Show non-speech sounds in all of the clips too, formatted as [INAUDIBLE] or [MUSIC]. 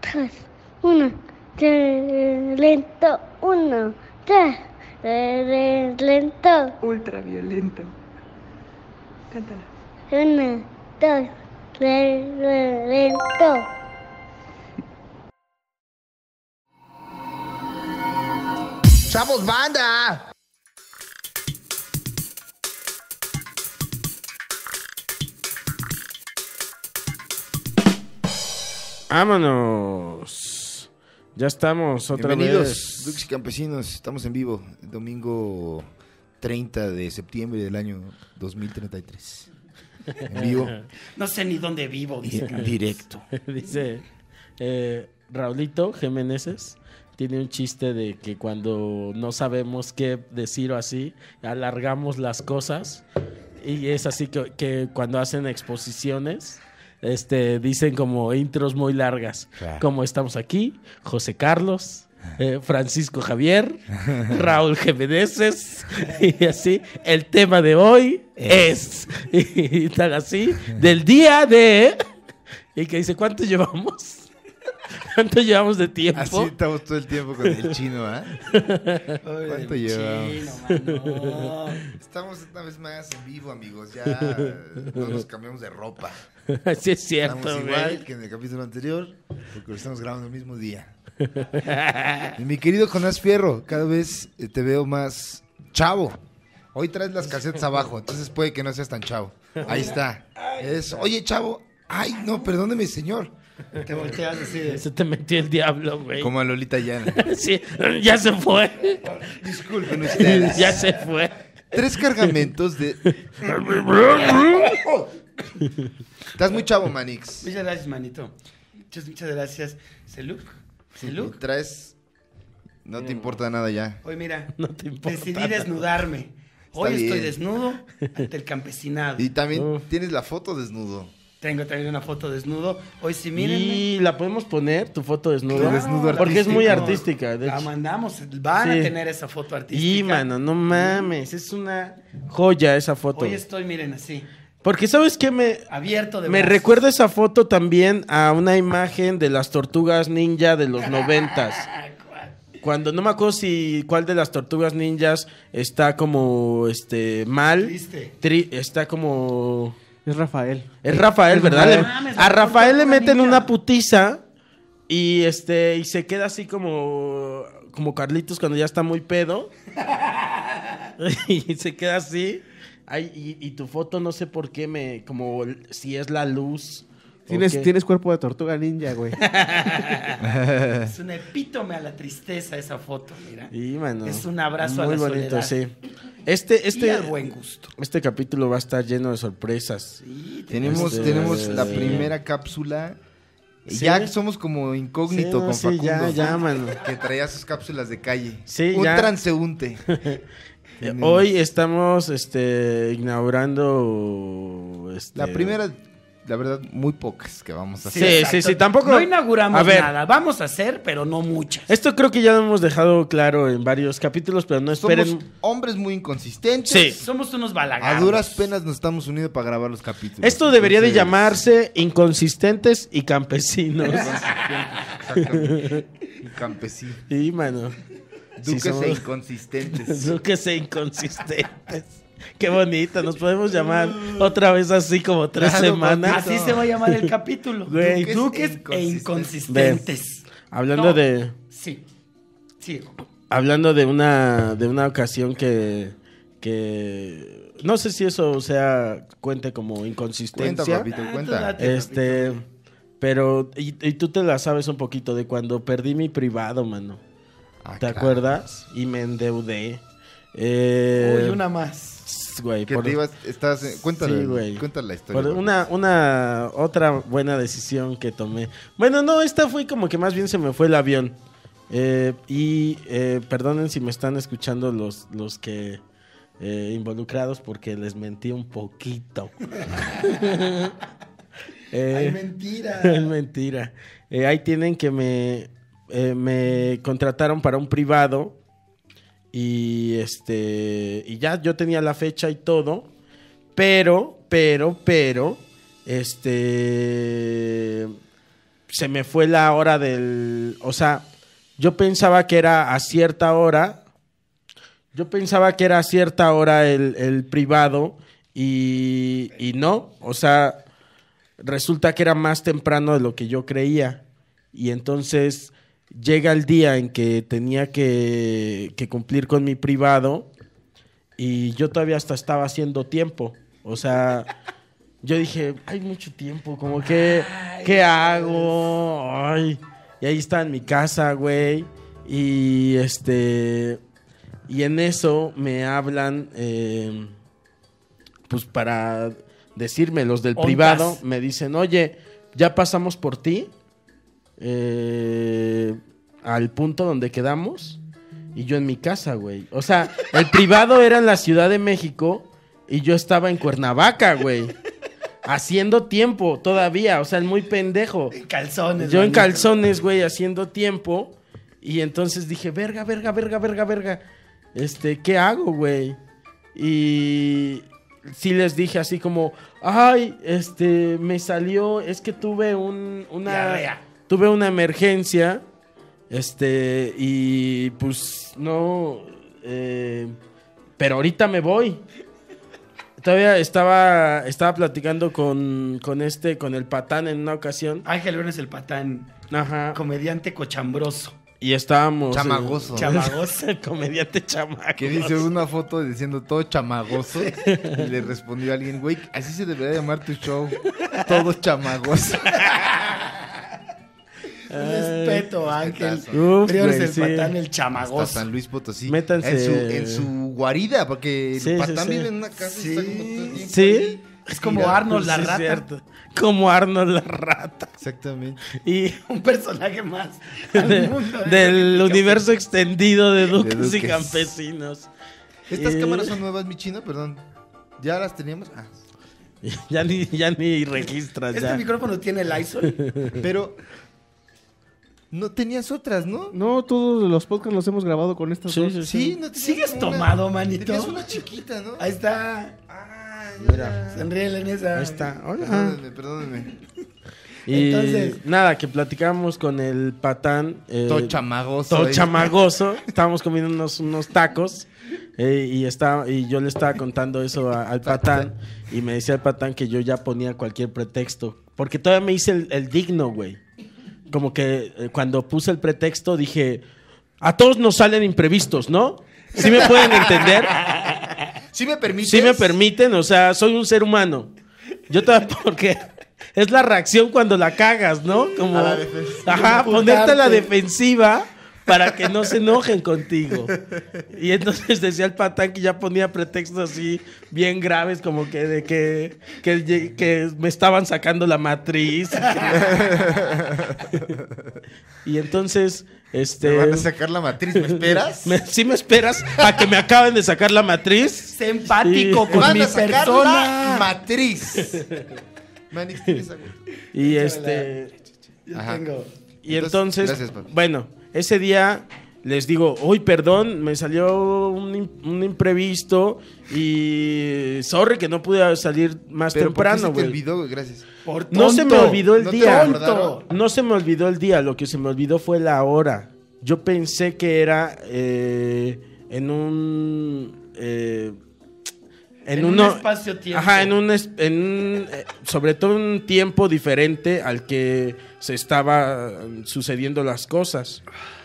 tres, uno, tres, lento, uno, tres, tres, lento, Ultra violento. Cántala. uno, dos, tres, tres, lento. ¡Chavos, banda! ¡Vámonos! Ya estamos otra Bienvenidos, vez. Dux y Campesinos. Estamos en vivo, el domingo 30 de septiembre del año 2033. En vivo, No sé ni dónde vivo, y [LAUGHS] dice. en directo. Dice eh, Raulito Jiménez tiene un chiste de que cuando no sabemos qué decir o así, alargamos las cosas. Y es así que, que cuando hacen exposiciones, este, dicen como intros muy largas. Claro. Como estamos aquí, José Carlos. eh, Francisco Javier, Raúl Jiménez, [LAUGHS] y así, el tema de hoy es, [LAUGHS] y, tal así, del día de, y que dice, ¿cuánto llevamos? [LAUGHS] ¿Cuánto llevamos de Así tiempo? [LAUGHS] estamos todo el tiempo con el chino, ¿ah? ¿Cuánto llevamos? llevamos? Estamos una vez más en vivo, amigos. [LAUGHS] Ya no nos cambiamos de ropa. Así es Estamos cierto, igual güey. que en el capítulo anterior, porque lo estamos grabando el mismo día. [LAUGHS] Y mi querido Jonás Fierro, cada vez eh, te veo más chavo. Hoy traes las casetas abajo, entonces puede que no seas tan chavo. Ahí está. Es, oye, chavo. Ay, no, perdóneme, señor. Te volteas así de... Se te metió el diablo, güey. Como a Lolita Llana. [LAUGHS] Sí, ya se fue. Disculpen [LAUGHS] ustedes. Ya se fue. Tres cargamentos [LAUGHS] de. Estás muy chavo, Manix. Muchas gracias, manito. Muchas, muchas gracias. Seluk. Seluk. Traes. No te importa nada ya. Hoy [LAUGHS] mira, No te importa. decidí desnudarme. Hoy Está estoy bien. [LAUGHS] desnudo ante el campesinado. Y también Uf. tienes la foto desnudo. Tengo también una foto desnudo. Hoy sí, mírenme. Y la podemos poner, tu foto desnuda. Tu desnudo Porque es muy artístico. artística, de La hecho. mandamos. Van Sí. a tener esa foto artística. Y, mano, no mames. Es una joya esa foto. Hoy estoy, miren, así. Porque, ¿sabes qué? Me, Ah, Abierto de me brazos. recuerda esa foto también a una imagen de las tortugas ninja de los noventas. Ah, cuál. Cuando no me acuerdo si cuál de las tortugas ninjas está como este mal. Triste. Tri- está como. Es Rafael. Es Rafael, ¿verdad? Rafael. Le- No mames, a la Rafael le tortuga meten ninja. una putiza y este. Y se queda así como. como Carlitos cuando ya está muy pedo. [LAUGHS] y se queda así. Ay, y, y tu foto no sé por qué me. como si es la luz. o qué. Tienes, tienes cuerpo de tortuga ninja, [LAUGHS] güey. Es un epítome a la tristeza esa foto, mira. Y, mano, Es un abrazo a la soledad. sí. Este, Y este, al buen gusto. este capítulo va a estar lleno de sorpresas. Sí, te- Tenemos, Este, tenemos la sí. primera cápsula. Sí. Ya somos como incógnito Sí, no, con sí, Facundo. ya, ya, [LAUGHS] mano. Que traía sus cápsulas de calle. Sí, Un ya. transeúnte. [LAUGHS] Eh, Hoy estamos este, inaugurando. este, La primera, la verdad, muy pocas que vamos a Sí, hacer. sí, exacto. sí, tampoco- No inauguramos A ver. nada. Vamos a hacer, pero no muchas. Esto creo que ya lo hemos dejado claro en varios capítulos, pero no Somos esperen. hombres muy inconsistentes. Sí. Somos unos A balagados. duras penas nos estamos uniendo para grabar los capítulos. Esto debería de Entonces, llamarse inconsistentes [LAUGHS] y campesinos. exactamente. Un [LAUGHS] Campesino. y mano. sí Duques somos- e [LAUGHS] inconsistentes. Duques e inconsistentes. Qué bonito, nos podemos llamar otra vez así como tres Claro, semanas. Así se va a llamar [LAUGHS] el capítulo. Güey. Duques, e inconsistentes. Hablando No. de. Sí. Sí. Hablando de una, de una ocasión que, que. No sé si eso sea. cuente como Cuenta, inconsistencia. papito, Ah, tú cuenta. date. Este, pero y, y tú te la sabes un poquito de cuando perdí mi privado, mano. Ah, ¿Te claro. acuerdas? Y me endeudé. Eh, Uy, una más. güey, Que por- te ibas, estás, eh, cuéntale, Sí, güey. cuéntale la historia. por una, una otra buena decisión que tomé. Bueno, no, esta fue como que más bien se me fue el avión. Eh, y eh, perdonen si me están escuchando los, los que eh, involucrados porque les mentí un poquito. [LAUGHS] Eh, Ay, mentira. [LAUGHS] Es mentira. Eh, ahí tienen que me, eh, me contrataron para un privado y este y ya yo tenía la fecha y todo, pero pero pero este se me fue la hora del. O sea, yo pensaba que era a cierta hora. Yo pensaba que era a cierta hora el, el privado y, y no. O sea, resulta que era más temprano de lo que yo creía. Y entonces llega el día en que tenía que, que cumplir con mi privado y yo todavía hasta estaba haciendo tiempo. O sea, yo dije, hay mucho tiempo, como que, ¿qué hago? Ay. Y ahí está en mi casa, güey. Y este. Y en eso me hablan, eh, pues para decirme, los del Ondas. privado, me dicen, oye, ya pasamos por ti eh, al punto donde quedamos. Y yo en mi casa, güey. O sea, el privado era en la Ciudad de México y yo estaba en Cuernavaca, güey. Haciendo tiempo todavía, o sea, el muy pendejo. En calzones. Yo en manito. calzones, güey, haciendo tiempo. Y entonces dije, verga, verga, verga, verga, verga. Este, ¿qué hago, güey? Y sí les dije así como, ay, este, me salió, es que tuve un, una... Diarrea. Tuve una emergencia. Este, y pues no... eh, pero ahorita me voy. Todavía estaba, estaba platicando con, con este, con el patán en una ocasión. Ángel Briones el patán, Ajá. comediante [LAUGHS] cochambroso, Y estábamos. eh, Chamagoso. chamagoso. comediante chamaco. Que dice una foto diciendo todo chamagoso. Y le respondió alguien, güey, así se debería llamar tu show. Todo chamagoso. [LAUGHS] Respeto, Ángel. Uf, uh, Briones güey, el sí. patán, el Hasta chamagoso. San Luis Potosí. Métanse- En su, en su guarida, porque el Sí, sí, patán sí. vive en una casa y está como todo el tiempo Sí. ahí. Es como Mira, Arnold la Sí, es rata. cierto. Como Arnold la rata. Exactamente. Y Un personaje más. [LAUGHS] al de- mundo, ¿eh? del universo extendido de duques, y duques. campesinos. [LAUGHS] Estas Eh. cámaras son nuevas, mi chino, perdón. ¿Ya las teníamos? Ah. [LAUGHS] Ya ni, ya ni registras. Este ya. micrófono tiene Lysol. [LAUGHS] Pero no tenías otras, ¿no? No, todos los podcasts los hemos grabado con estas Sí, dos. sí, sí. Sí, no tenías ¿Sigues una- tomado, manito? Tenías una chiquita, ¿no? Ahí está. Ah, Mira. ya. Sonríele en esa. Ahí Ah, está. Hola. Perdónenme, perdónenme. Y Entonces- nada, que platicamos con el patán. eh, Todo chamagoso. todo ahí. chamagoso. Estábamos comiendo unos, unos tacos. eh, y, estaba, y yo le estaba contando eso a- al patán. Y me decía el patán que yo ya ponía cualquier pretexto. Porque todavía me hice el, el digno, güey. Como que eh, cuando puse el pretexto dije: A todos nos salen imprevistos, ¿no? ¿Sí me pueden [LAUGHS] entender? [LAUGHS] ¿Sí me permites? Si me [LAUGHS] permiten, o sea, soy un ser humano. Yo también, porque es la reacción cuando la cagas, ¿no? Como, ajá, ponerte a la defensiva para que no se enojen contigo. Y entonces decía el patán que ya ponía pretextos así bien graves, como que de que, que, ye- que me estaban sacando la matriz. y entonces, este... Te van a sacar la matriz, ¿me esperas? me- ¿Sí me esperas a que me acaben de sacar la matriz? Sé empático Sí. Te con van mi a sacar la persona. matriz. Manix, ¿tienes algo? Y este. Yo Ajá. tengo. Y Entonces, entonces. gracias, papi. bueno, ese día les digo, uy, perdón, me salió un, im- un imprevisto y. Sorry que no pude salir más Pero ¿por qué se temprano, te güey. olvidó, güey? Gracias. Por No se me tonto. olvidó el ¿No te día. acordaron? No se me olvidó el día, lo que se me olvidó fue la hora. Yo pensé que era eh, en un. eh, en, En un uno- espacio-tiempo. Ajá, en un. es- en un, eh, sobre todo un tiempo diferente al que se estaba eh, sucediendo las cosas.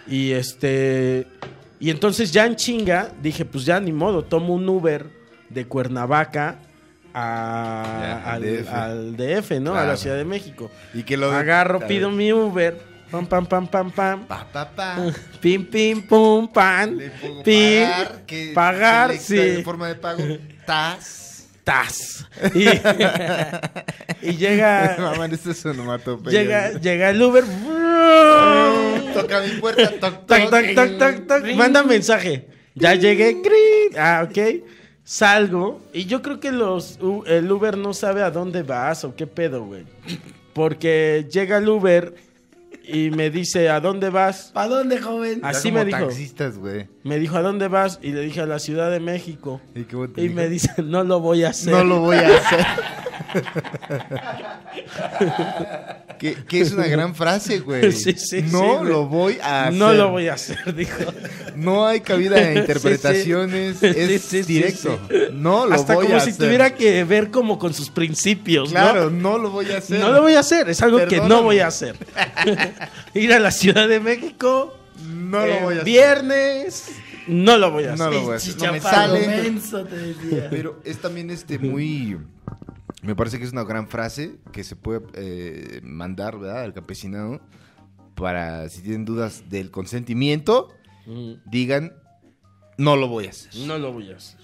Y este. Y entonces ya en chinga dije, pues ya ni modo, tomo un Uber de Cuernavaca a- Ya, al al, DF. al DF, ¿no? A la Claro. Ciudad de México. Y que lo Agarro, a pido ver. mi Uber. Pam, pam, pam, pam, pam. Pa, pa, pa. [LAUGHS] Pim, pim, pum, pan. Le pongo Pim. pagar. Que pagar, selecta sí. En forma de pago. Tas. [LAUGHS] Tas. Y, y [LAUGHS] llega, Mamá, este esto es onomatopeya. llega, llega el Uber. Toca mi puerta. Toc, Tac, toc. tac, tac, tac, tac. Manda mensaje. Ya llegué. crin. Ah, ok. Salgo. Y yo creo que los, U- el Uber no sabe a dónde vas o qué pedo, güey. Porque llega el Uber y me dice, ¿a dónde vas? ¿Para dónde, joven? Ya Así como me dijo. taxistas, güey. Me dijo, ¿a dónde vas? Y le dije, a la Ciudad de México. ¿Y cómo te Y dijo? me dice, no [LAUGHS] lo voy a hacer. No lo voy a hacer. Que, que es una gran frase, güey. Sí, sí, no sí, güey. lo voy a hacer. No lo voy a hacer, [LAUGHS] dijo. No hay cabida [LAUGHS] de interpretaciones. Sí, sí. Es Sí, sí, sí, directo. sí. No lo Hasta voy como a si hacer. tuviera que ver como con sus principios, ¿no? Claro, no lo voy a hacer. No lo voy a hacer, es algo que Perdóname. no voy [LAUGHS] a hacer. Ir a la Ciudad de México. No lo eh, voy a hacer. Viernes. No lo voy a hacer. No lo voy a hacer. No me Chichapalo sale. menso, te decía. Pero es también este muy. Me parece que es una gran frase que se puede eh, mandar, ¿verdad? Al campesinado. Para si tienen dudas del consentimiento, Mm, digan, no lo voy a hacer. No lo voy a hacer.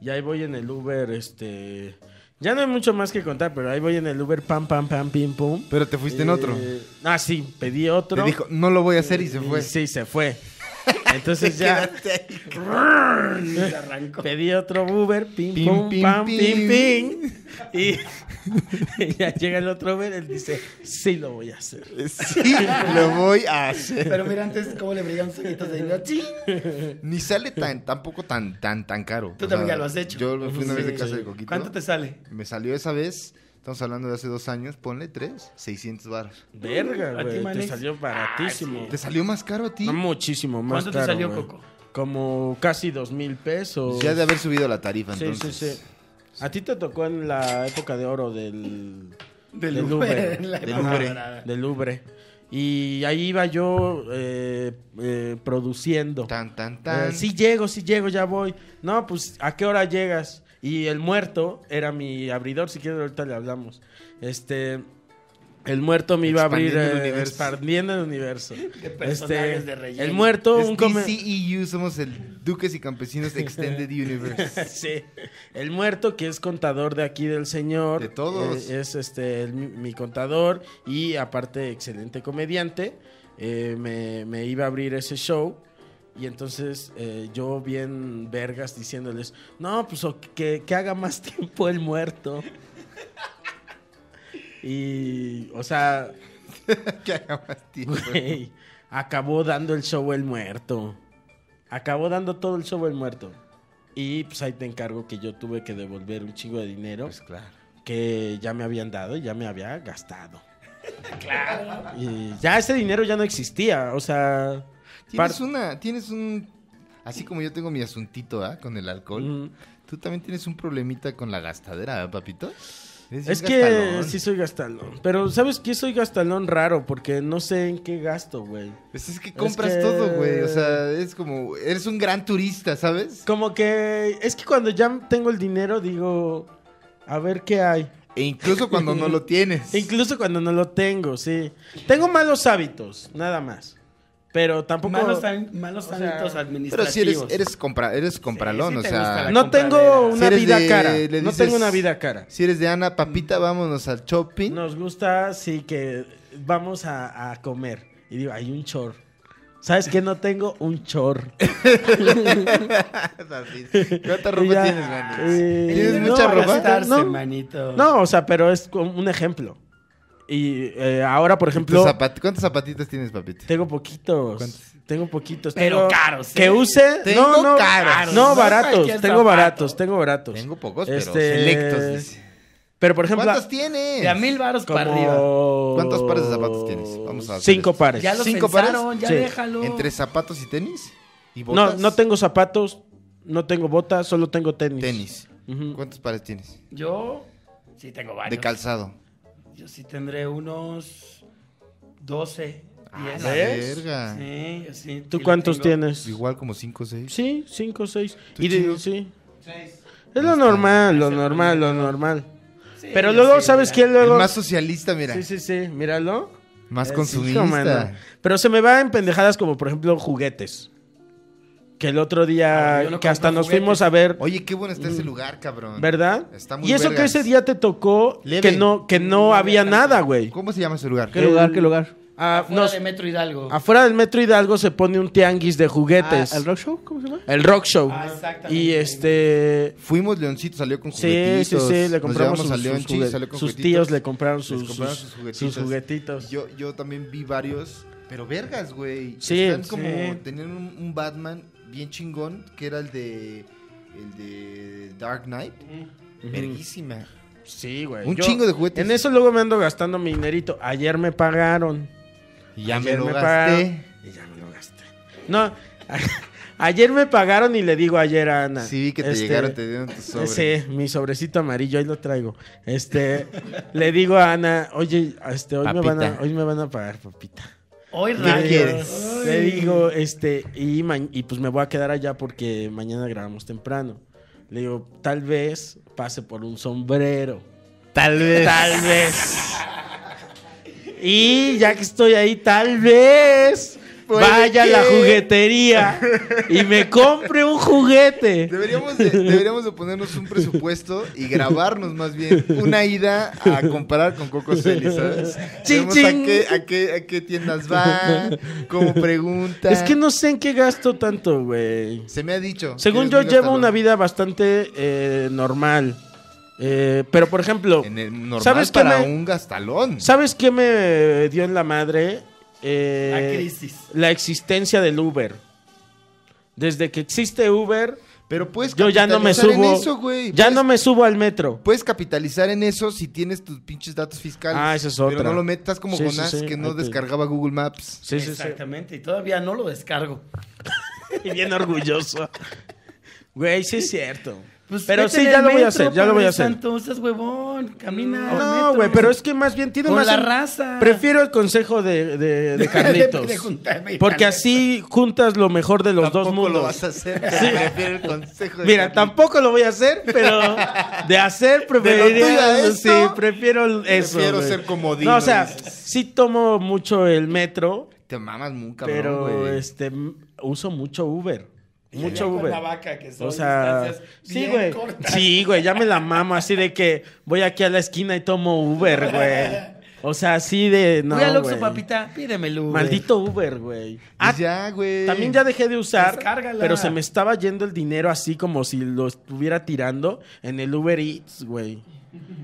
Y ahí voy en el Uber, este. Ya no hay mucho más que contar, pero ahí voy en el Uber, pam, pam, pam, pim, pum. Pero te fuiste en Eh, otro. Ah, sí, pedí otro. Te dijo, no lo voy a hacer y se fue. Sí, [LAUGHS] se fue. Entonces ya Quédate ahí. [LAUGHS] pedí otro Uber, pim, Pim, pum, pim, pam, pim. pim, pim. Y y [LAUGHS] ya llega el otro Uber, él dice, sí lo voy a hacer. Sí, [LAUGHS] lo voy a hacer. Pero mira antes cómo le brillaban sus ojitos de dinero. ¡Chin! Ni sale tan, tampoco tan, tan, tan caro. Tú O también sea, ya lo has hecho. Yo me fui una vez de Sí. casa de Coquito. ¿Cuánto te sale? Me salió esa vez, estamos hablando de hace dos años, ponle tres, 600 baros. Verga, ¿A ti, güey, te Manex? Ah, salió baratísimo. ¿Te salió más caro a ti? No muchísimo más ¿Cuánto te caro, salió, güey. Coco? Como casi dos mil pesos. Ya de haber subido la tarifa, sí, sí, entonces. sí. A ti te tocó en la época de oro del... Del Del [LAUGHS] Uber, Uber. en la Del época Uber. dorada. del Ubre. Y ahí iba yo eh, eh, produciendo. Tan, tan, tan. Eh, sí llego, sí llego, ya voy. No, pues, ¿a qué hora llegas? Y el muerto era mi abridor, si quieres ahorita le hablamos. Este, el muerto me iba a abrir Expandiendo el universo. eh, expandiendo el [LAUGHS] universo. Este, personajes de relleno. el muerto, Es un come- DCEU, somos el Duques y Campesinos [LAUGHS] Extended Universe. [LAUGHS] Sí. El muerto, que es contador de aquí del señor. De todos. eh, es este el- mi, mi contador y aparte excelente comediante. eh, me, me iba a abrir ese show. Y entonces eh, yo bien vergas diciéndoles, no, pues o que, que haga más [LAUGHS] tiempo el muerto. Y, o sea, que haga más tiempo. [LAUGHS] güey, acabó dando el show el muerto. Acabó dando todo el show el muerto. Y pues ahí te encargo que yo tuve que devolver un chingo de dinero Pues claro. que ya me habían dado y ya me [LAUGHS] había gastado. claro. Y ya ese dinero ya no existía, o sea... Tienes par- una, tienes un... Así como yo tengo mi asuntito, ¿ah? Con el alcohol. Mm. Tú también tienes un problemita con la gastadera, ¿verdad, papito? Eres Es un que gastalón. sí soy gastalón. Pero ¿sabes qué? Soy gastalón raro porque no sé en qué gasto, güey. Pues es que compras que- todo, güey. O sea, es como... Eres un gran turista, ¿sabes? Como que... Es que cuando ya tengo el dinero digo... A ver qué hay. E incluso cuando no [LAUGHS] lo tienes. Incluso cuando no lo tengo, sí. Tengo malos hábitos, nada más. Pero tampoco... Malos, tan- malos o sea, hábitos Pero administrativos. si eres, eres, compra, eres compralón, sí o te gusta sea... la No tengo compradera. Si una eres vida de- cara. le No dices- tengo una vida cara. Si eres de Ana, Mm. papita, vámonos al shopping. [LAUGHS] Nos gusta, sí, que vamos a, a comer. Y digo, hay un chor. ¿Sabes qué? No tengo [LAUGHS] un chor. Así. [LAUGHS] ¿Cuánta Y ropa ya, tienes, Manix? eh, ¿Tienes no, mucha a ropa? gastarse, No. manito. No, o sea, pero es como un ejemplo. Y eh, ahora, por ejemplo, Tus zapat- ¿Cuántas zapatitas tienes, papito? tengo poquitos. ¿Cuántos? Tengo poquitos. Pero tengo- caros, ¿eh? Que use. Tengo no, no, caros. No, No baratos. cualquier Tengo zapato. baratos, tengo baratos. Tengo pocos, pero Este, selectos. dice. Pero, por ejemplo, ¿Cuántos tienes? De a mil varos como- para arriba. ¿Cuántos pares de zapatos tienes? Vamos a hacer Cinco esto. pares. Ya lo ¿Cinco pensaron, pares? ya Sí. déjalo. ¿Entre zapatos y tenis? ¿Y No, botas? no tengo zapatos, no tengo botas, solo tengo tenis. Tenis. Ujú. ¿Cuántos pares tienes? Yo sí tengo varios. De calzado. Yo sí tendré unos 12. Ah, 10. la verga. Sí, yo sí. ¿Tú sí cuántos le tengo. tienes? Igual como cinco o seis. Sí, cinco, seis. ¿Tú, Y de- Chino? sí. Es lo normal, lo normal, lo normal. Sí, Pero yo luego, sí, ¿sabes mira. quién El luego? más socialista, mira. Sí, sí, sí, míralo. Más Eh, consumista. sí, hijo, mano. Pero se me va en pendejadas como, por ejemplo, juguetes. Que el otro Ah, día, yo no que hasta compro nos juguetes. fuimos a ver, Oye, qué bueno está ese lugar, cabrón. Mm. ¿verdad? Está muy y eso que vergas. ese día te tocó, Leve. que no, que no había nada, güey. ¿Cómo se llama ese lugar? ¿Qué lugar? ¿Qué lugar? Ah, Fuera nos- Ah, de Metro Hidalgo. afuera del Metro Hidalgo se pone un tianguis de juguetes. Ah, ¿El rock show? ¿Cómo se llama? el rock show. Ah, exactamente. y este... Fuimos, Leoncito salió con Sí, sí, juguetitos. sí, le Nos compramos llevamos sus, a sus Leonchi, juguet- salió con sus juguetitos. tíos, le compraron sus, Les compraron sus- sus juguetitos. sus juguetitos. Yo, yo también vi varios, pero vergas, güey. Sí, Están como, sí. tenían un, un Batman bien chingón, que era el de, el de Dark Knight. Verguísima. Sí, güey. Un chingo de juguetes. En eso luego me ando gastando mi dinerito. Ayer me pagaron. Y ya Ayer me lo pagaron gasté. Y ya me lo gasté. No, [LAUGHS] ayer me pagaron y le digo ayer a Ana. Sí, vi que te este, llegaron, te dieron tus sobres. Sí, mi sobrecito amarillo, ahí lo traigo. Este, [LAUGHS] le digo a Ana, oye, este, hoy, me van a, Papita. hoy me van a pagar, papita. Hoy Le digo- rayos. quieres? Le digo, este, y, ma- y pues me voy a quedar allá porque mañana grabamos temprano. Le digo, tal vez pase por un sombrero. Tal vez. Tal vez. Y ya que estoy ahí, tal vez Puede vaya a la que. juguetería y me compre un juguete. Deberíamos de, deberíamos de ponernos un presupuesto y grabarnos más bien una ida a comparar con Coco Celis, ¿sabes? [LAUGHS] Chin, Vemos chin. A, qué, a, qué, a qué tiendas va, cómo pregunta. Es que no sé en qué gasto tanto, güey. Se me ha dicho. Según que yo, eres muy llevo una gastalón. vida bastante eh, normal. Eh, pero, por ejemplo, En el normal ¿Sabes qué para me- un gastalón. ¿sabes qué me dio en la madre? Eh, La crisis. La existencia del Uber. Desde que existe Uber, Pero puedes yo ya no me capitalizar subo. en eso, güey. ya Puedes- no me subo al metro. Puedes capitalizar en eso si tienes tus pinches datos fiscales. Ah, esa es Pero otra. no lo metas como Sí, sí, Jonás sí, que ahí no te- descargaba Google Maps. Sí, sí, sí. Exactamente, y todavía no lo descargo. Y bien orgulloso. Güey, sí es cierto. Pues pero vete sí, en ya lo el voy a metro, hacer, ya lo voy a Padre hacer. Santo, estás huevón, camina. al No, metro. güey, pero es que más bien tiene Con más. la sen- raza. [LAUGHS] Prefiero el consejo de, de- de Carlitos. de juntarme y porque tal. así juntas lo mejor de los dos Tampoco mundos. lo vas a [LAUGHS] hacer. Sí. Prefiero el consejo de Mira, Carlitos. tampoco lo voy a hacer, pero [LAUGHS] de hacer preferiría. tuyo a esto, sí, prefiero eso. prefiero güey. ser comodino, No, o sea, dices. sí tomo mucho el metro, Te mamas muy cabrón, pero güey. este m- uso mucho Uber. Allá Mucho en Uber. Cuernavaca, que son O sea, distancias sí, bien güey. cortas. Sí, güey, ya me la mamo así de que voy aquí a la esquina y tomo Uber, güey. O sea, así de no, Voy al Oxxo, güey. papita, pídemelo. güey. Maldito Uber, güey. Ah, Y ya, güey. también ya dejé de usar, Descárgala. pero se me estaba yendo el dinero así como si lo estuviera tirando en el Uber Eats, güey.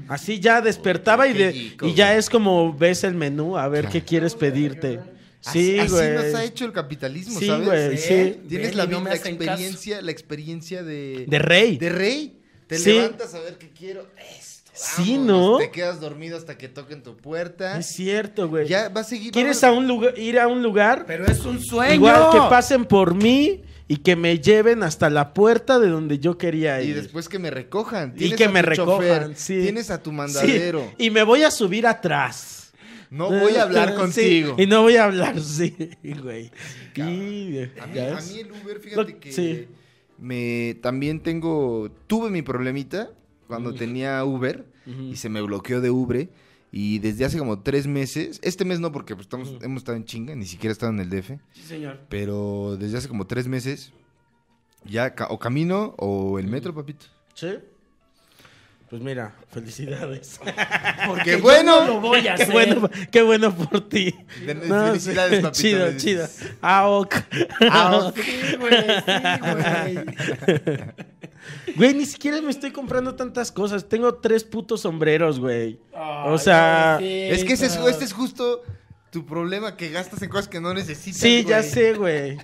Así ya despertaba y, Qué de- rico, y ya güey. es como ves el menú a ver Claro. qué quieres pedirte. Así- Sí, así, güey. nos ha hecho el capitalismo, Sí, ¿sabes? güey, sí. Tienes Ven la, y no me la hacen caso. experiencia, la experiencia de, De rey. de rey. Te Sí. levantas a ver qué quiero. Esto. Sí, vámonos. ¿no? Te quedas dormido hasta que toquen tu puerta. Es cierto, güey. Ya va a seguir. ¿Quieres a vamos- un lugar, ir a un lugar? Pero es un sueño. Igual que pasen por mí y que me lleven hasta la puerta de donde yo quería ir. Y después que me recojan. Y Tienes que a me tu recojan, chofer, sí. Tienes a tu Sí, mandadero. [LAUGHS] y me voy a subir atrás. No voy a hablar Sí, contigo. y no voy a hablar, sí, güey. Y, A mí, ¿ya a ves? mí el Uber, fíjate Lo- que sí. me también tengo, tuve mi problemita cuando Mm. tenía Uber y se me bloqueó de Uber y desde hace como tres meses, este mes no porque pues, estamos, Mm. hemos estado en chinga, ni siquiera he estado en el DF, Sí, señor. pero desde hace como tres meses ya ca- o camino o el metro, papito. Sí. Pues mira, [LAUGHS] felicidades. Porque Que yo bueno, no lo voy [LAUGHS] a qué, hacer. bueno, qué bueno por ti. De- de- No, felicidades, [LAUGHS] sí. papito, le Chido, dices. chido. Ah, ok. Ah, ok. Sí, güey, sí, güey. Güey, ni siquiera me estoy comprando tantas cosas. Tengo tres putos sombreros, güey. Ay, o sea, pobrecito. es que ese es, este es justo tu problema que gastas en cosas que no necesitas. Sí, ya güey. sé, güey.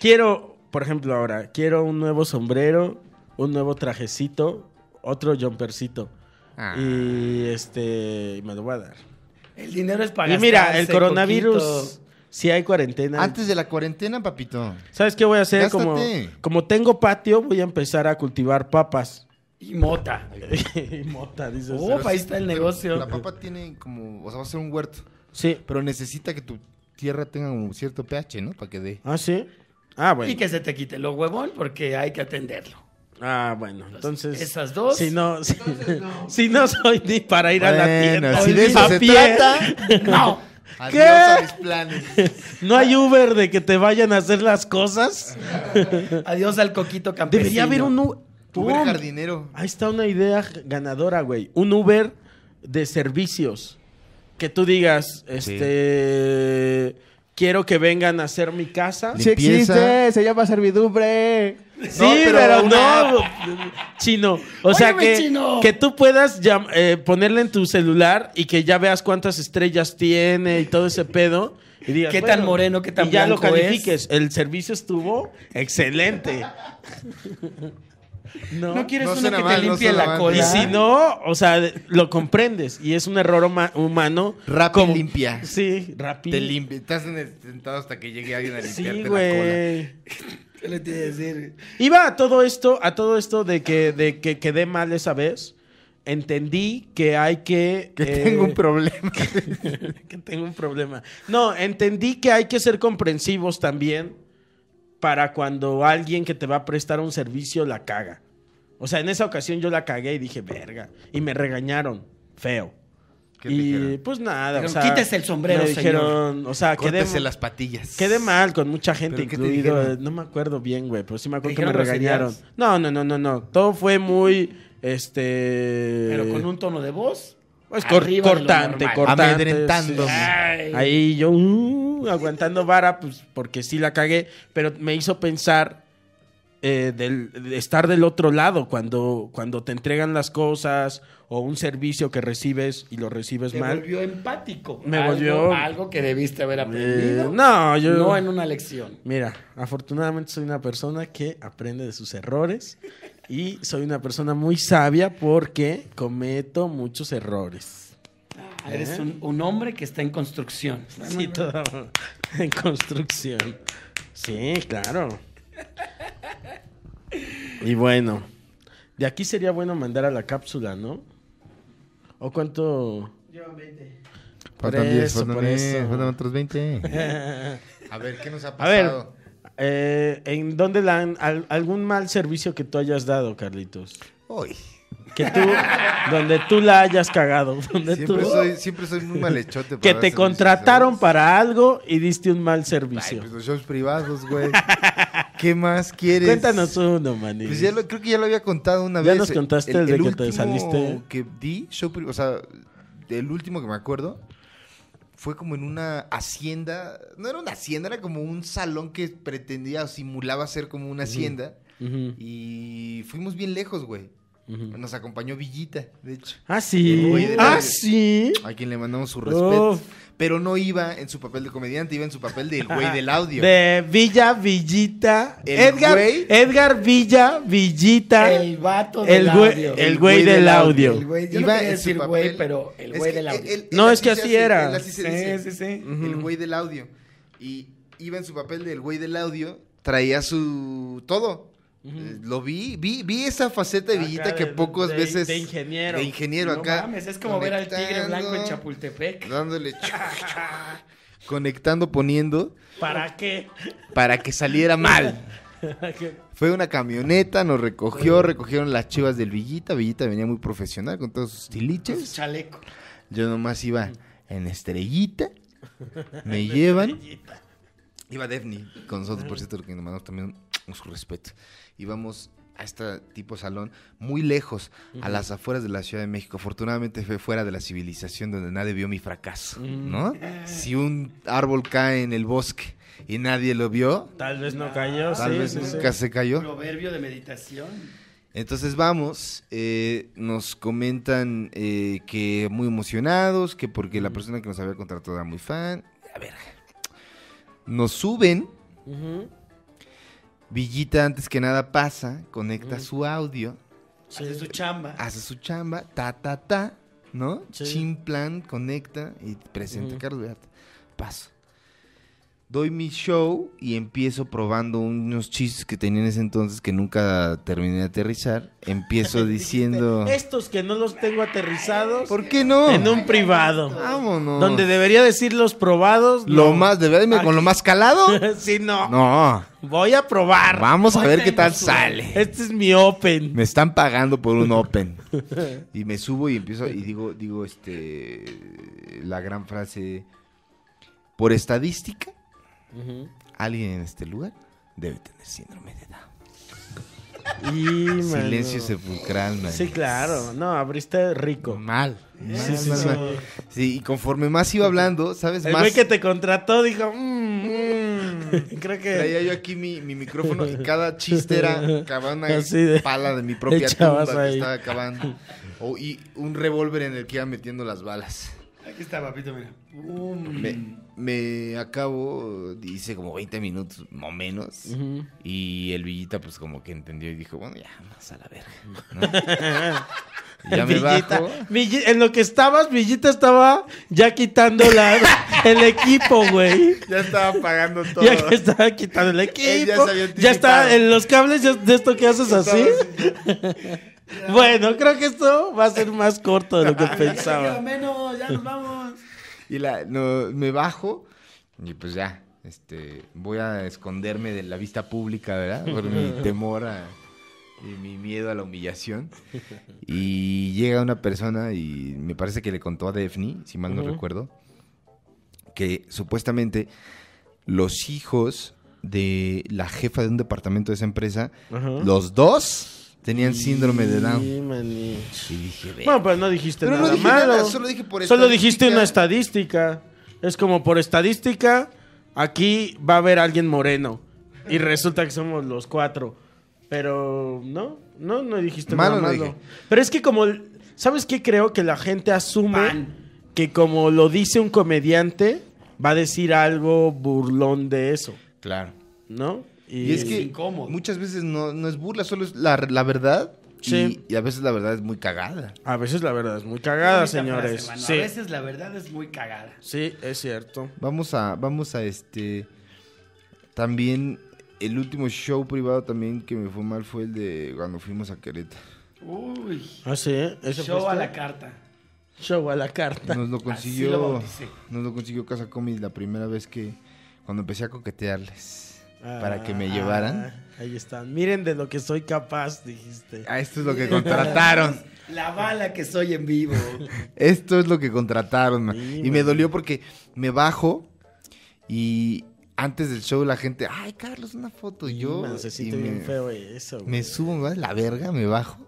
Quiero, por ejemplo, ahora, quiero un nuevo sombrero, un nuevo trajecito, otro jumpercito. Ah. Y este, me lo voy a dar. El dinero es para y mira, gastarse el coronavirus, poquito. si hay cuarentena. Antes de la cuarentena, papito. ¿Sabes qué voy a hacer? Como, Gástate. como tengo patio, voy a empezar a cultivar papas. Y mota. y mota, dices. Oh, ahí está el negocio. La papa tiene como, o sea, va a ser un huerto, Sí. pero necesita que tu tierra tenga un cierto pH, ¿no? Para que dé. Ah, sí. Ah, bueno. Y que se te quite lo huevón porque hay que atenderlo. [LAUGHS] Ah, bueno, entonces. esas dos. Si no, si, [LAUGHS] si no soy ni para ir a la Bueno, tienda. si de eso a se pie. trata, No. adiós ¿Qué? a mis planes. [LAUGHS] No hay Uber de que te vayan a hacer las cosas. Adiós al coquito campesino. Debería haber un U- Uber ¡Pum! jardinero. Ahí está una idea ganadora, güey. Un Uber de servicios. Que tú digas, este. Quiero que vengan a hacer mi casa. Sí Limpieza. existe, se llama servidumbre. Sí, pero pero, una no, chino. O sea, Óyeme, que, chino. que tú puedas llam- eh, ponerle en tu celular y que ya veas cuántas estrellas tiene y todo ese pedo. Y digas, ¿Qué tan moreno, qué tan Y ya lo blanco es? califiques. El servicio estuvo excelente. No. ¿No quieres No uno suena que mal, te no limpie suena la mal. cola? Y si no, o sea, de- lo comprendes. Y es un error huma- humano. Rap y Como- limpia. Sí, rápido. Te limpia. Estás en el- sentado hasta que llegue alguien a limpiarte Sí, la cola. güey. [LAUGHS] ¿Qué le tienes que decir? Iba a todo esto, a todo esto de que, de que quedé mal esa vez. Entendí que hay que. Que eh, tengo un problema. [LAUGHS] [LAUGHS] que tengo un problema. No, entendí que hay que ser comprensivos también para cuando alguien que te va a prestar un servicio la caga. O sea, en esa ocasión yo la cagué y dije, verga. Y me regañaron, feo. ¿Qué te y dijeron? pues nada. Dijeron, o sea, "Quítese el sombrero, me señor". dijeron, o sea, quedé, Córtese las patillas. quedé mal con mucha gente, ¿Pero qué te incluido. dijeron? eh, No me acuerdo bien, güey, pero sí me ¿Te acuerdo que me dijeron regañaron. groserías? No, no, no, no, no. Todo fue muy, este. Pero con un tono de voz. Pues cor- arriba de lo cortante, normal. cortante. Amedrentándome. sí, sí. Ay. Ahí yo uh, aguantando vara, pues porque sí la cagué, pero me hizo pensar eh, del, de estar del otro lado cuando, cuando te entregan las cosas o un servicio que recibes y lo recibes Te mal. volvió empático. Me Algo- volvió- Algo que debiste haber Eh, aprendido. no, yo No en una lección. Mira, afortunadamente soy una persona que aprende de sus errores y soy una persona muy sabia porque cometo muchos errores. Eres un, un hombre que está en construcción. ¿Eh? Sí, todo [LAUGHS] en construcción. Sí, claro. Y bueno, de aquí sería bueno mandar a la cápsula, ¿no? ¿O cuánto? Faltan Por 10, eso, faltan por 10, eso. faltan otros 20. [LAUGHS] A ver, ¿qué nos ha A ver, pasado? eh, ¿en dónde la han, al- algún mal servicio que tú hayas dado, Carlitos? Uy, Que [LAUGHS] tú, donde tú la hayas cagado, donde siempre, tú- soy, siempre soy muy malhechote. para que dar te servicios, contrataron ¿sabes? para algo y diste un mal Ay, servicio. pues los shows privados, güey. ¿Qué más quieres? Cuéntanos uno, maní. Pues ya lo- creo que ya lo había contado una Ya vez. eh, nos contaste el de que te saliste. que di, show pri- o sea, el último que me acuerdo fue como en una hacienda. No era una hacienda, era como un salón que pretendía o simulaba ser como una hacienda. Ujú, Y fuimos bien lejos, güey. ujú. Nos acompañó Villita, de hecho. Ah, sí. Muy de Ah, madre. sí. A quien le mandamos su respeto. Uf. Pero no iba en su papel de comediante, iba en su papel del güey del audio. De Villa Villita. El Edgar, güey- Edgar Villa Villita. El vato del El güey, audio. el güey del audio. El güey, yo no Iba quería en su decir papel. güey, pero el Es güey que del audio. él- él- No, él es que se así hace, era. él así se dice. sí, sí. El güey del audio. Y iba en su papel del güey del audio, traía su todo. Eh, Lo vi, vi, vi esa faceta de Acá Villita que de- pocas de- veces. de ingeniero. De ingeniero No acá. mames, es como ver al tigre blanco en conectando, Chapultepec. Dándole. chu- chu- conectando, poniendo ¿Para qué? para que saliera mal. Fue una camioneta, nos recogió, recogieron las chivas del Villita. Villita venía muy profesional con todos sus Con su tiliches. chaleco. Yo nomás iba en estrellita. Me llevan. Iba Defni con nosotros, por cierto, que nos mandamos también un- su respeto. Íbamos a este tipo salón muy lejos, a las afueras de la Ciudad de México. Afortunadamente fue fuera de la civilización donde nadie vio mi fracaso, ¿no? Si un árbol cae en el bosque y nadie lo vio, Tal vez no cayó. tal sí, vez sí, sí. nunca se cayó. Proverbio de meditación. Entonces vamos, eh, nos comentan eh, que muy emocionados, que porque la persona que nos había contratado era muy fan. A ver, nos suben. Ujú, Villita antes que nada pasa, conecta su audio, sí. Hace su chamba. hace su chamba, ta, ta, ta, ¿no? Sí. Chimplan, conecta y presenta a Carlos Vallarta. Paso. Doy mi show y empiezo probando unos chistes que tenía en ese entonces que nunca terminé de aterrizar. [LAUGHS] Empiezo diciendo... Estos que no los tengo aterrizados ¿Por qué no? en un privado. Vámonos. Donde debería decir los probados. Lo no. más, de verdad, Ah. irme con lo más calado. [LAUGHS] sí, no. No. Voy a probar. Vamos a Hoy ver qué tengo tal su- sale. Este es mi open. Me están pagando por [LAUGHS] un open. Y me subo y empiezo y digo, digo, este, la gran frase, por estadística, alguien en este lugar debe tener síndrome de Down. Y, mano. Silencio sepulcral, man. Sí, claro. No, abriste rico. Mal. mal, Sí, sí, mal, sí. mal. Sí, y conforme más iba hablando, ¿sabes? El más güey que te contrató dijo, "Mm, mm". creo traía que yo aquí mi, mi micrófono y cada chiste era cavaba una Así de- pala de mi propia tumba echabas que ahí. estaba cavando. O- y un revólver en el que iba metiendo las balas. Aquí está, papito, mira. Pum. [CLEARS THROAT] Me, me acabo, hice como 20 minutos, o menos. Ujú. Y el Villita, pues como que entendió y dijo, bueno, ya, más a la verga. [LAUGHS] ¿no? Y ya me Villita. bajo. Villi- en lo que estabas, Villita estaba ya quitando la- el equipo, güey. Ya estaba pagando todo. [LAUGHS] Ya que estaba quitando el equipo. ya se había Ya, anticipado. está en los cables ya- de esto que haces así. bueno, creo que esto va a ser más corto de lo que pensaba. menos, ya nos vamos. Y la, no, me bajo y pues ya, este, voy a esconderme de la vista pública, ¿verdad? Por mi [LAUGHS] temor a, y mi miedo a la humillación. Y llega una persona y me parece que le contó a Daphne, si mal no Ujú. recuerdo, que supuestamente los hijos de la jefa de un departamento de esa empresa, Ajá. los dos tenían síndrome de Sí, Down. maní. Y dije, "Ve". Bueno, pues no dijiste Pero no nada dije malo. nada, solo dije por Solo estadística. dijiste una estadística. Es como por estadística, aquí va a haber alguien moreno. Y resulta que somos los cuatro. Pero no, no, no dijiste Malo nada no malo. dije. Pero es que como, ¿sabes qué? Creo que la gente asume Pan. que como lo dice un comediante, va a decir algo burlón de eso, claro. ¿no? Y es que incómodo. muchas veces no, no es burla, solo es la, la verdad. y- Sí. Y, a veces la verdad es muy cagada. A veces la verdad es muy cagada, Bonita señores. frase, mano. sí, A veces la verdad es muy cagada. sí, es cierto. Vamos a, vamos a este. También el último show privado también que me fue mal fue el de cuando fuimos a Querétaro. Uy. Ah, sí, ¿eh? ¿Ese Show fuiste? a la carta. Show a la carta. Nos lo consiguió. lo bauticé. nos lo consiguió Casa Comics la primera vez que. Cuando empecé a coquetearles. para que me Ah, llevaran. Ahí están. Miren de lo que soy capaz, dijiste. Ah, esto es lo que contrataron. La bala que soy [LAUGHS] en vivo. Esto es lo que contrataron, man. Sí, y me man. dolió porque me bajo y antes del show la gente, ay, Carlos, una foto. Y yo Man, se y siente me, bien feo eso. güey. me subo, me va de la verga, me bajo.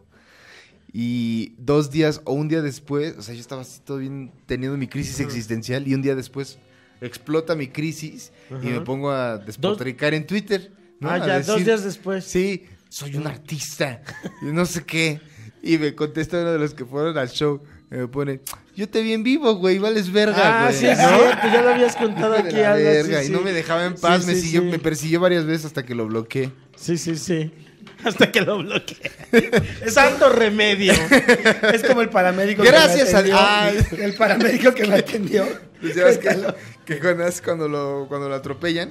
Y dos días o un día después, o sea, yo estaba así todo bien teniendo mi crisis existencial y un día después explota mi crisis y me Ajá. pongo a despotricar en Twitter. ¿no? Ah, A ya, dos decir- días después. Sí, soy un artista. [LAUGHS] y no sé qué. Y me contesta uno de los que fueron al show. y me pone, yo te vi en vivo, güey, vales verga. Ah, güey", sí, es ¿no? cierto, ya lo habías contado Hijo de aquí. la algo así, verga, Y sí. no me dejaba en paz, Sí, me, sí, siguió, sí. me persiguió varias veces hasta que lo bloqueé. Sí, sí, sí. [LAUGHS] Hasta que lo bloqueé. [LAUGHS] Santo [LAUGHS] remedio. Es como el paramédico Gracias a que me atendió. Dios. El paramédico que me atendió. Pues [LAUGHS] ya ves que, [LAUGHS] que cuando, es cuando lo, cuando lo atropellan,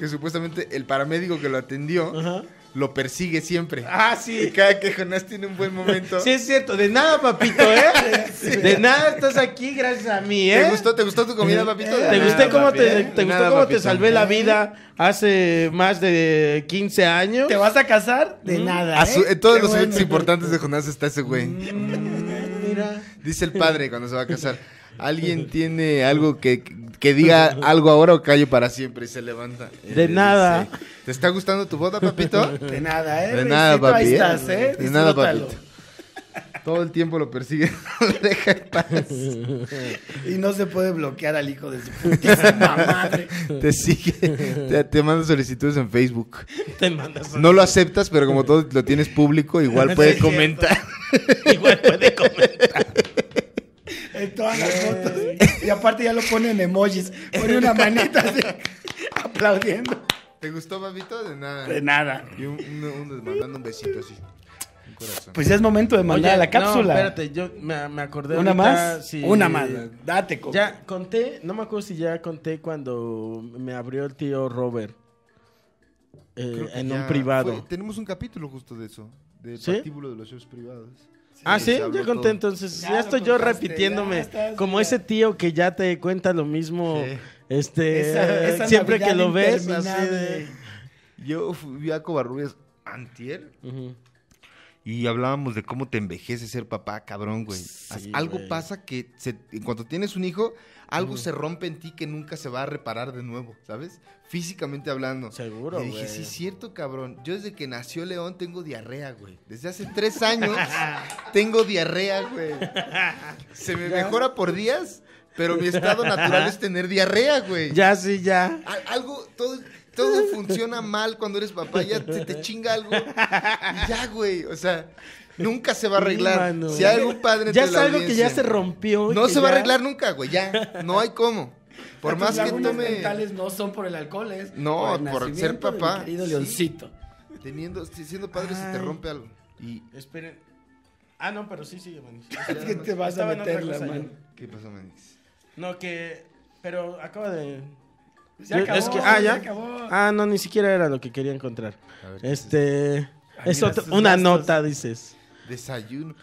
que supuestamente el paramédico que lo atendió Ajá. lo persigue siempre. Ah, Y sí. cada que Jonás tiene un buen momento. Sí, es cierto. De nada, papito, ¿eh? [LAUGHS] De nada estás aquí gracias a mí, ¿eh? ¿Te gustó, ¿Te gustó tu comida, papito? ¿Te De gusté nada, cómo papi, te, ¿eh? te De gustó nada, cómo te papito. salvé la vida hace más de 15 años? ¿Te vas a casar? De Mm. nada. Ah, A su- ¿eh? en todos Qué los eventos bueno. Mm. importantes de Jonás está ese güey. ¿eh? Mira. Dice el padre cuando se va a casar. ¿Alguien tiene algo que, que diga algo ahora o callo para siempre? Y se levanta. Y De le nada. dice, ¿Te está gustando tu boda, [LAUGHS] papito? De nada, ¿eh? De nada, Luisito, papi, Ahí ¿eh? estás, ¿eh? De nada, Disfrútalo. papito. Todo el tiempo lo persigue. [LAUGHS] no lo deja en paz. Y no se puede bloquear al hijo de su putísima madre. Te sigue. Te, te manda solicitudes en Facebook. Te mandas No lo aceptas, pero como todo lo tienes público, igual puedes es cierto. comentar. Igual puede comer. En todas las fotos. Y aparte ya lo pone en emojis. Pone una manita así, [LAUGHS] aplaudiendo. ¿Te gustó, papito? De nada. De nada. Y un, un- un- mandando un besito así. Un corazón. Pues ya es momento de mandar a la cápsula. No, espérate, yo me, me acordé Una ahorita, más. sí. Una más. Date, Coco. Ya conté, no me acuerdo si ya conté cuando me abrió el tío Robert eh, Creo que en ya un privado. fue- tenemos un capítulo justo de eso. Del ¿Sí? partíbulo de los shows privados. ah, Sí, sí, se habló ya conté todo. entonces. Ya Ya, lo estoy yo contaste, ya repitiéndome. estás- como ya. ese tío que ya te cuenta lo mismo. Sí. Eh, Este, Esa- esa siempre que Navidad lo ves, así interminable. de. Yo fui a Covarrubias antier Ujú. y hablábamos de cómo te envejece ser papá, cabrón, güey. As- Sí, algo güey. pasa que se- en cuanto tienes un hijo, algo se rompe en ti que nunca se va a reparar de nuevo, ¿sabes? Físicamente hablando. Seguro, Y dije, güey. sí, es cierto, cabrón. Yo desde que nació León tengo diarrea, güey. Desde hace tres [LAUGHS] años tengo diarrea, güey. Se me mejora por días, pero mi estado natural es tener diarrea, güey. Ya, sí, ya. Al- algo, todo, todo funciona mal cuando eres papá, ya se te chinga algo. Y ya, güey, o sea, nunca se va a Sí, arreglar. mano. si hay algún padre entre Ya es la algo que ya audiencia, se rompió. y No que se va a ya- arreglar nunca, güey, ya. No hay cómo. Por más que lagunas tome- mentales no son por el alcohol, es No, el por nacimiento ser [LAUGHS] de mi papá. querido Sí. leoncito. Teniendo, siendo padre se te rompe algo. Y, Esperen. Ah, no, pero sí, sí, Manix. Es que te vas a Estaba en otra meter la cosa yo. mano. ¿Qué pasó, Manix? No, que. Pero acaba de. Se acabó, es que, ah, ya. se acabó. Ah, no, ni siquiera era lo que quería encontrar. A ver, ¿qué Este. Ah, Es mira, otra- sus una gastos. nota, dices. Desayuno.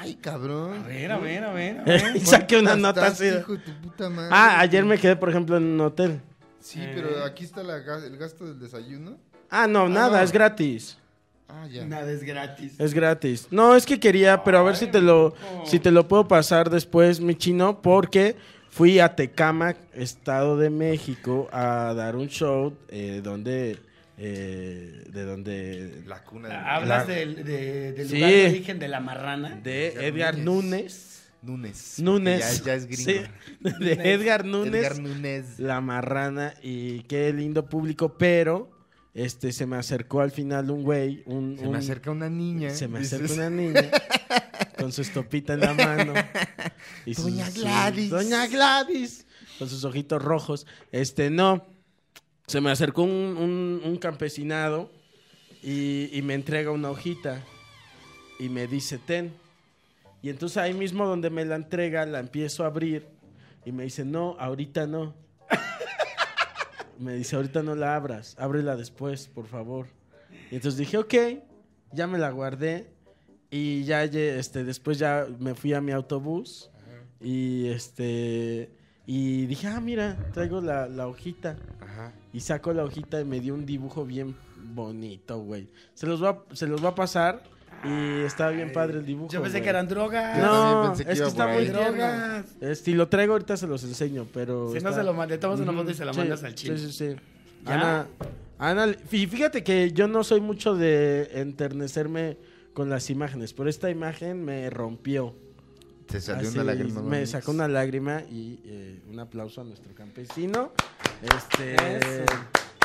Ay, cabrón. A ver, a ver, [LAUGHS] a ver. a ver. Y saqué una ¿Cuántas nota estás, así. hijo de tu puta madre? Ah, ayer me quedé, por ejemplo, en un hotel. Sí, Eh. pero aquí está la ga- el gasto del desayuno. Ah, no, nada, no. es gratis. Ah, ya. Nada es gratis. Es gratis. No, es que quería, pero a ver si te lo, si te lo puedo pasar después, mi chino, porque fui a Tecama, Estado de México, a dar un show eh, donde, eh, de donde, La cuna de Ah, Hablas la- del, de- del Sí. lugar de origen de la marrana. de Edgar Núñez, Nunes. Núñez, Ya, ya es gringo. [LAUGHS] Sí, de Edgar Núñez, Edgar Nunes. la marrana y qué lindo público, pero este se me acercó al final un güey, un, Se me un- acerca una niña. Se me Dices, acerca una niña con su estopita en la mano. [LAUGHS] y sus- Doña su- Gladys. Doña Gladys. Con sus ojitos rojos. Este, no. Se me acercó un, un- un campesinado y, y me entrega una hojita y me dice, ten. Y entonces ahí mismo donde me la entrega, la empiezo a abrir y me dice, no, ahorita no. me dice, ahorita no la abras, ábrela después, por favor. Y entonces dije, ok, ya me la guardé y ya lle- este, después ya me fui a mi autobús y este y dije, ah, mira, traigo la, la hojita. Ajá. Y saco la hojita y me dio un dibujo bien bonito, güey. Se los va, se los va a pasar y está bien padre el dibujo. Ah, Yo pensé güey. que eran drogas. Yo No, también pensé que es que iba está por muy ahí. tierno. drogas. Eh, Si lo traigo ahorita se los enseño, pero. Si no está- se lo mandé, tomas una Ujú, foto y se la sí, mandas al chile. Sí, sí, sí. ¿Ya? Ana, Ana, y fíjate que yo no soy mucho de enternecerme con las imágenes, pero esta imagen me rompió. Te salió Así, una lágrima. Ah, Me Manix. sacó una lágrima y eh, un aplauso a nuestro campesino. Este. Eso.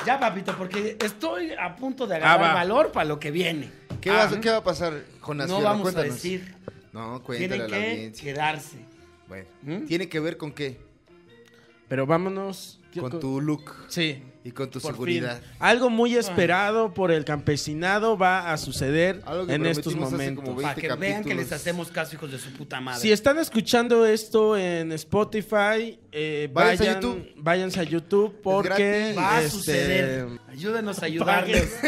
Ya, papito, porque estoy a punto de Ah, agarrar va. valor para lo que viene. ¿Qué, Ah, va, ¿Qué va a pasar, Jonas? No Fierro? vamos Cuéntanos. a decir. No, cuéntale a Tienen la que audiencia. quedarse. Bueno, ¿Mm? tiene que ver con qué? Pero vámonos. tío, Con tu look Sí. y con tu por seguridad. fin. Algo muy esperado por el campesinado va a suceder Algo que en estos prometimos hace momentos. como 20 Para que vean que capítulos. les hacemos caso, hijos de su puta madre. este, Si están escuchando esto en Spotify, eh, Váyanse a vayan, YouTube. váyanse a YouTube porque gratis. Va a este, suceder. Ayúdenos [LAUGHS] a ayudarles.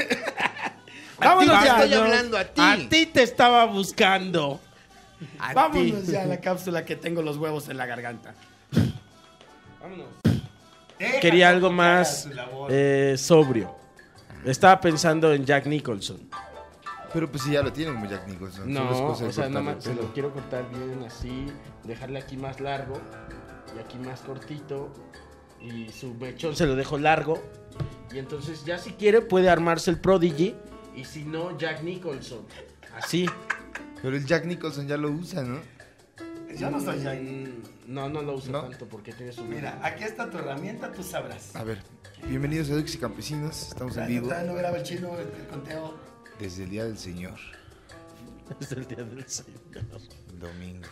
Vámonos A ti, ya. estoy hablando a ti. A ti te estaba buscando. Vámonos ya a la cápsula que tengo los huevos en la garganta. Quería algo más eh, sobrio. Estaba pensando en Jack Nicholson. Pero pues si ya lo tienen, como Jack Nicholson. No, Solo es o cosa Ah, de sea, no cortarle más, se el pelo. lo quiero cortar bien así, dejarle aquí más largo y aquí más cortito y su mechón se lo dejo largo y entonces ya si quiere puede armarse el Prodigy y si no Jack Nicholson. Así. Pero el Jack Nicholson ya lo usa, ¿no? Yo no soy Jack. Mm, No, no lo uso ¿No? tanto porque tiene su Mira, aquí está tu herramienta, tú sabrás. A ver, bienvenidos a Dux y Campesinos. Estamos en vivo Todavía no graba el chino, el conteo. desde el Día del Señor, Es el día del Señor. el domingo.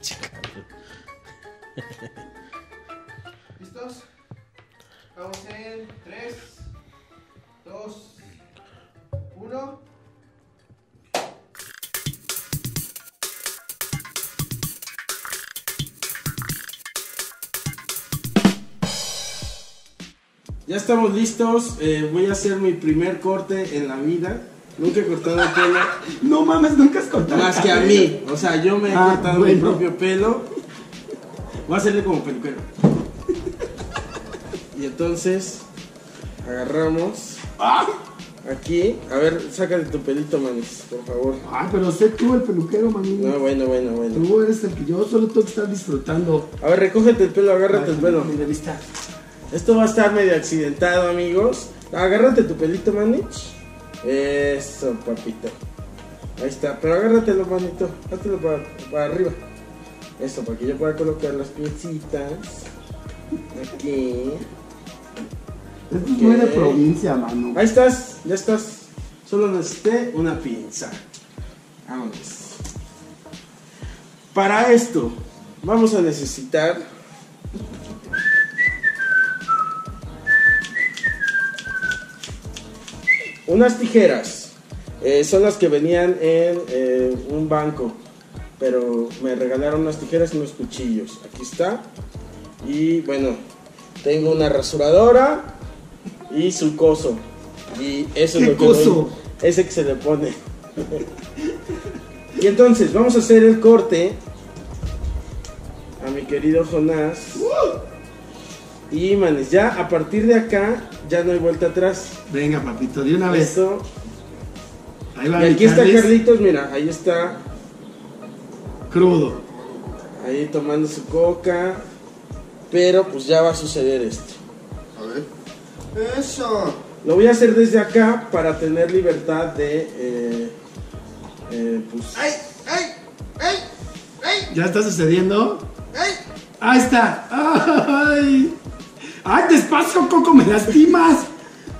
Chingado. ¿Listos? Vamos en 3, 2, 1. Ya estamos listos. eh, voy a hacer mi primer corte en la vida. Nunca he cortado el pelo [LAUGHS] No mames, nunca has contado. más que a mí. O sea, yo me he Ah, cortado mi bueno. propio pelo. Voy a hacerle como peluquero. Y entonces agarramos Ah. aquí. A ver, sácate tu pelito, manis, por favor. Ah, pero sé tú el peluquero, maní. No, bueno, bueno, bueno. Tú eres el que yo, solo tú que estás disfrutando. A ver, recógete el pelo, agárrate el pelo. Mi revista. Esto va a estar medio accidentado, amigos. Agárrate tu pelito, Manich. Eso, papito. Ahí está, pero agárratelo, manito. Hátelo para, para arriba. Eso, para que yo pueda colocar las piecitas. Aquí. Esto no era provincia, mano. Ahí estás, ya estás. Solo necesité una pinza. Vámonos. Para esto, vamos a necesitar Unas tijeras. eh, son las que venían en eh, un banco. Pero me regalaron unas tijeras y unos cuchillos. Aquí está. Y bueno, tengo una rasuradora y su coso. Y eso es ¿Qué lo que. coso? le- Ese que se le pone. y entonces, vamos a hacer el corte a mi querido Jonás. Y manes, ya a partir de acá ya no hay vuelta atrás. Venga, papito, de una vez. Esto. Ahí Y va mi aquí está Carlis, Carlitos, mira, ahí está, Crudo. ahí tomando su coca. Pero pues ya va a suceder esto. A ver. Eso. Lo voy a hacer desde acá para tener libertad de. eh, eh, pues, ¡Ay! ¡Ay! ¡Ay! ¡Ay! ¿Ya está sucediendo? ¡Ay! Ahí está. ¡Ay! ¡Ay, despacio, Coco! ¡Me lastimas!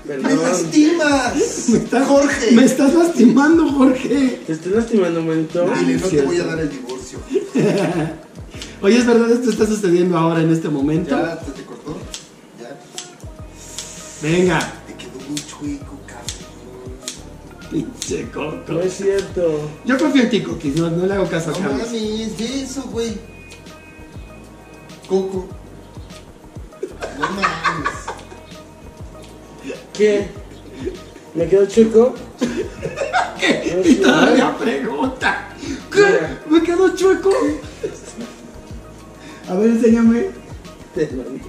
¡Me perdón. lastimas! Me estás- ¡Jorge! Me estás lastimando, Jorge. Te estoy lastimando, manito. Ay, Dile, no te cierto. voy a dar el divorcio. Oye, es verdad, esto está sucediendo ahora en este momento. ¿Ya te, te cortó? Ya. Venga, Te quedó muy chueco, cabrón. pinche Coco. No es cierto. Yo confío en ti, Coquis. No, no le hago caso a Pues- No Carlos. mames, de eso, güey. Coco. No [LAUGHS] mames. ¿Qué? ¿Me quedo chico? Y todavía pregunta. Mira. ¿Qué? ¿Me quedó chueco? A ver, enséñame. Te mandé.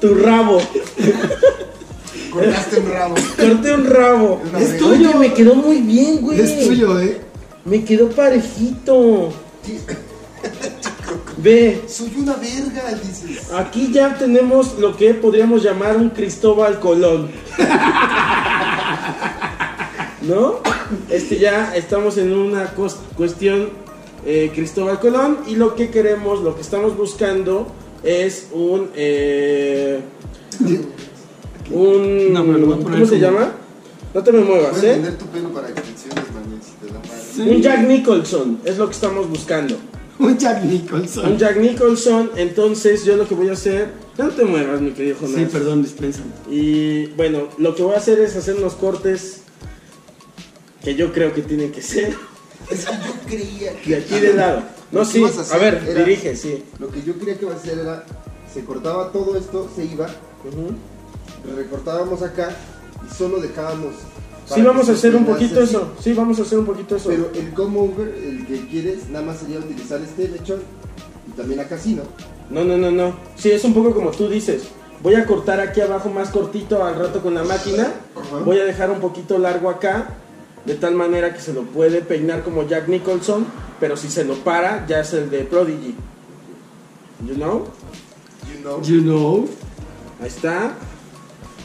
Tu rabo. Cortaste un rabo. Corté un rabo. Una Es vez. tuyo. Oye, me quedó muy bien, güey. Es tuyo, ¿eh? Me quedó parejito. Ve, Soy una verga, dices. aquí ya tenemos lo que podríamos llamar un Cristóbal Colón. ¿No? Este ya estamos en una cos- cuestión eh, Cristóbal Colón y lo que queremos, lo que estamos buscando es un... eh, un No, pero lo voy a poner ¿Cómo se como- llama? No te me muevas, Puedes ¿eh? vender tu pelo para extensiones, mames, si te da mal. Sí. Un Jack Nicholson es lo que estamos buscando. Un Jack Un Nicholson. Jack Nicholson, entonces yo lo que voy a hacer. No te muevas, mi querido Jonás. Sí, perdón, dispénsame. Y bueno, lo que voy a hacer es hacer unos cortes que yo creo que tienen que ser Es que yo creía que. de aquí de lado. No, Lo que sí, ibas a a, hacer ver, era- dirige, sí. Lo que yo creía que iba a hacer era. Se cortaba todo esto, se iba, Ujú. recortábamos acá y solo dejábamos. para Sí, que vamos se a hacer un peinase poquito así. eso. Sí, vamos a hacer un poquito eso. Pero el come over, el que quieres, nada más sería utilizar este lechón y también acá sí, ¿no? No, no, no, no. Sí, es un poco como tú dices. Voy a cortar aquí abajo más cortito al rato con la máquina. Ajá. Voy a dejar un poquito largo acá. De tal manera que se lo puede peinar como Jack Nicholson. Pero si se lo para, ya es el de Prodigy. You know? You know. You know. Ahí está.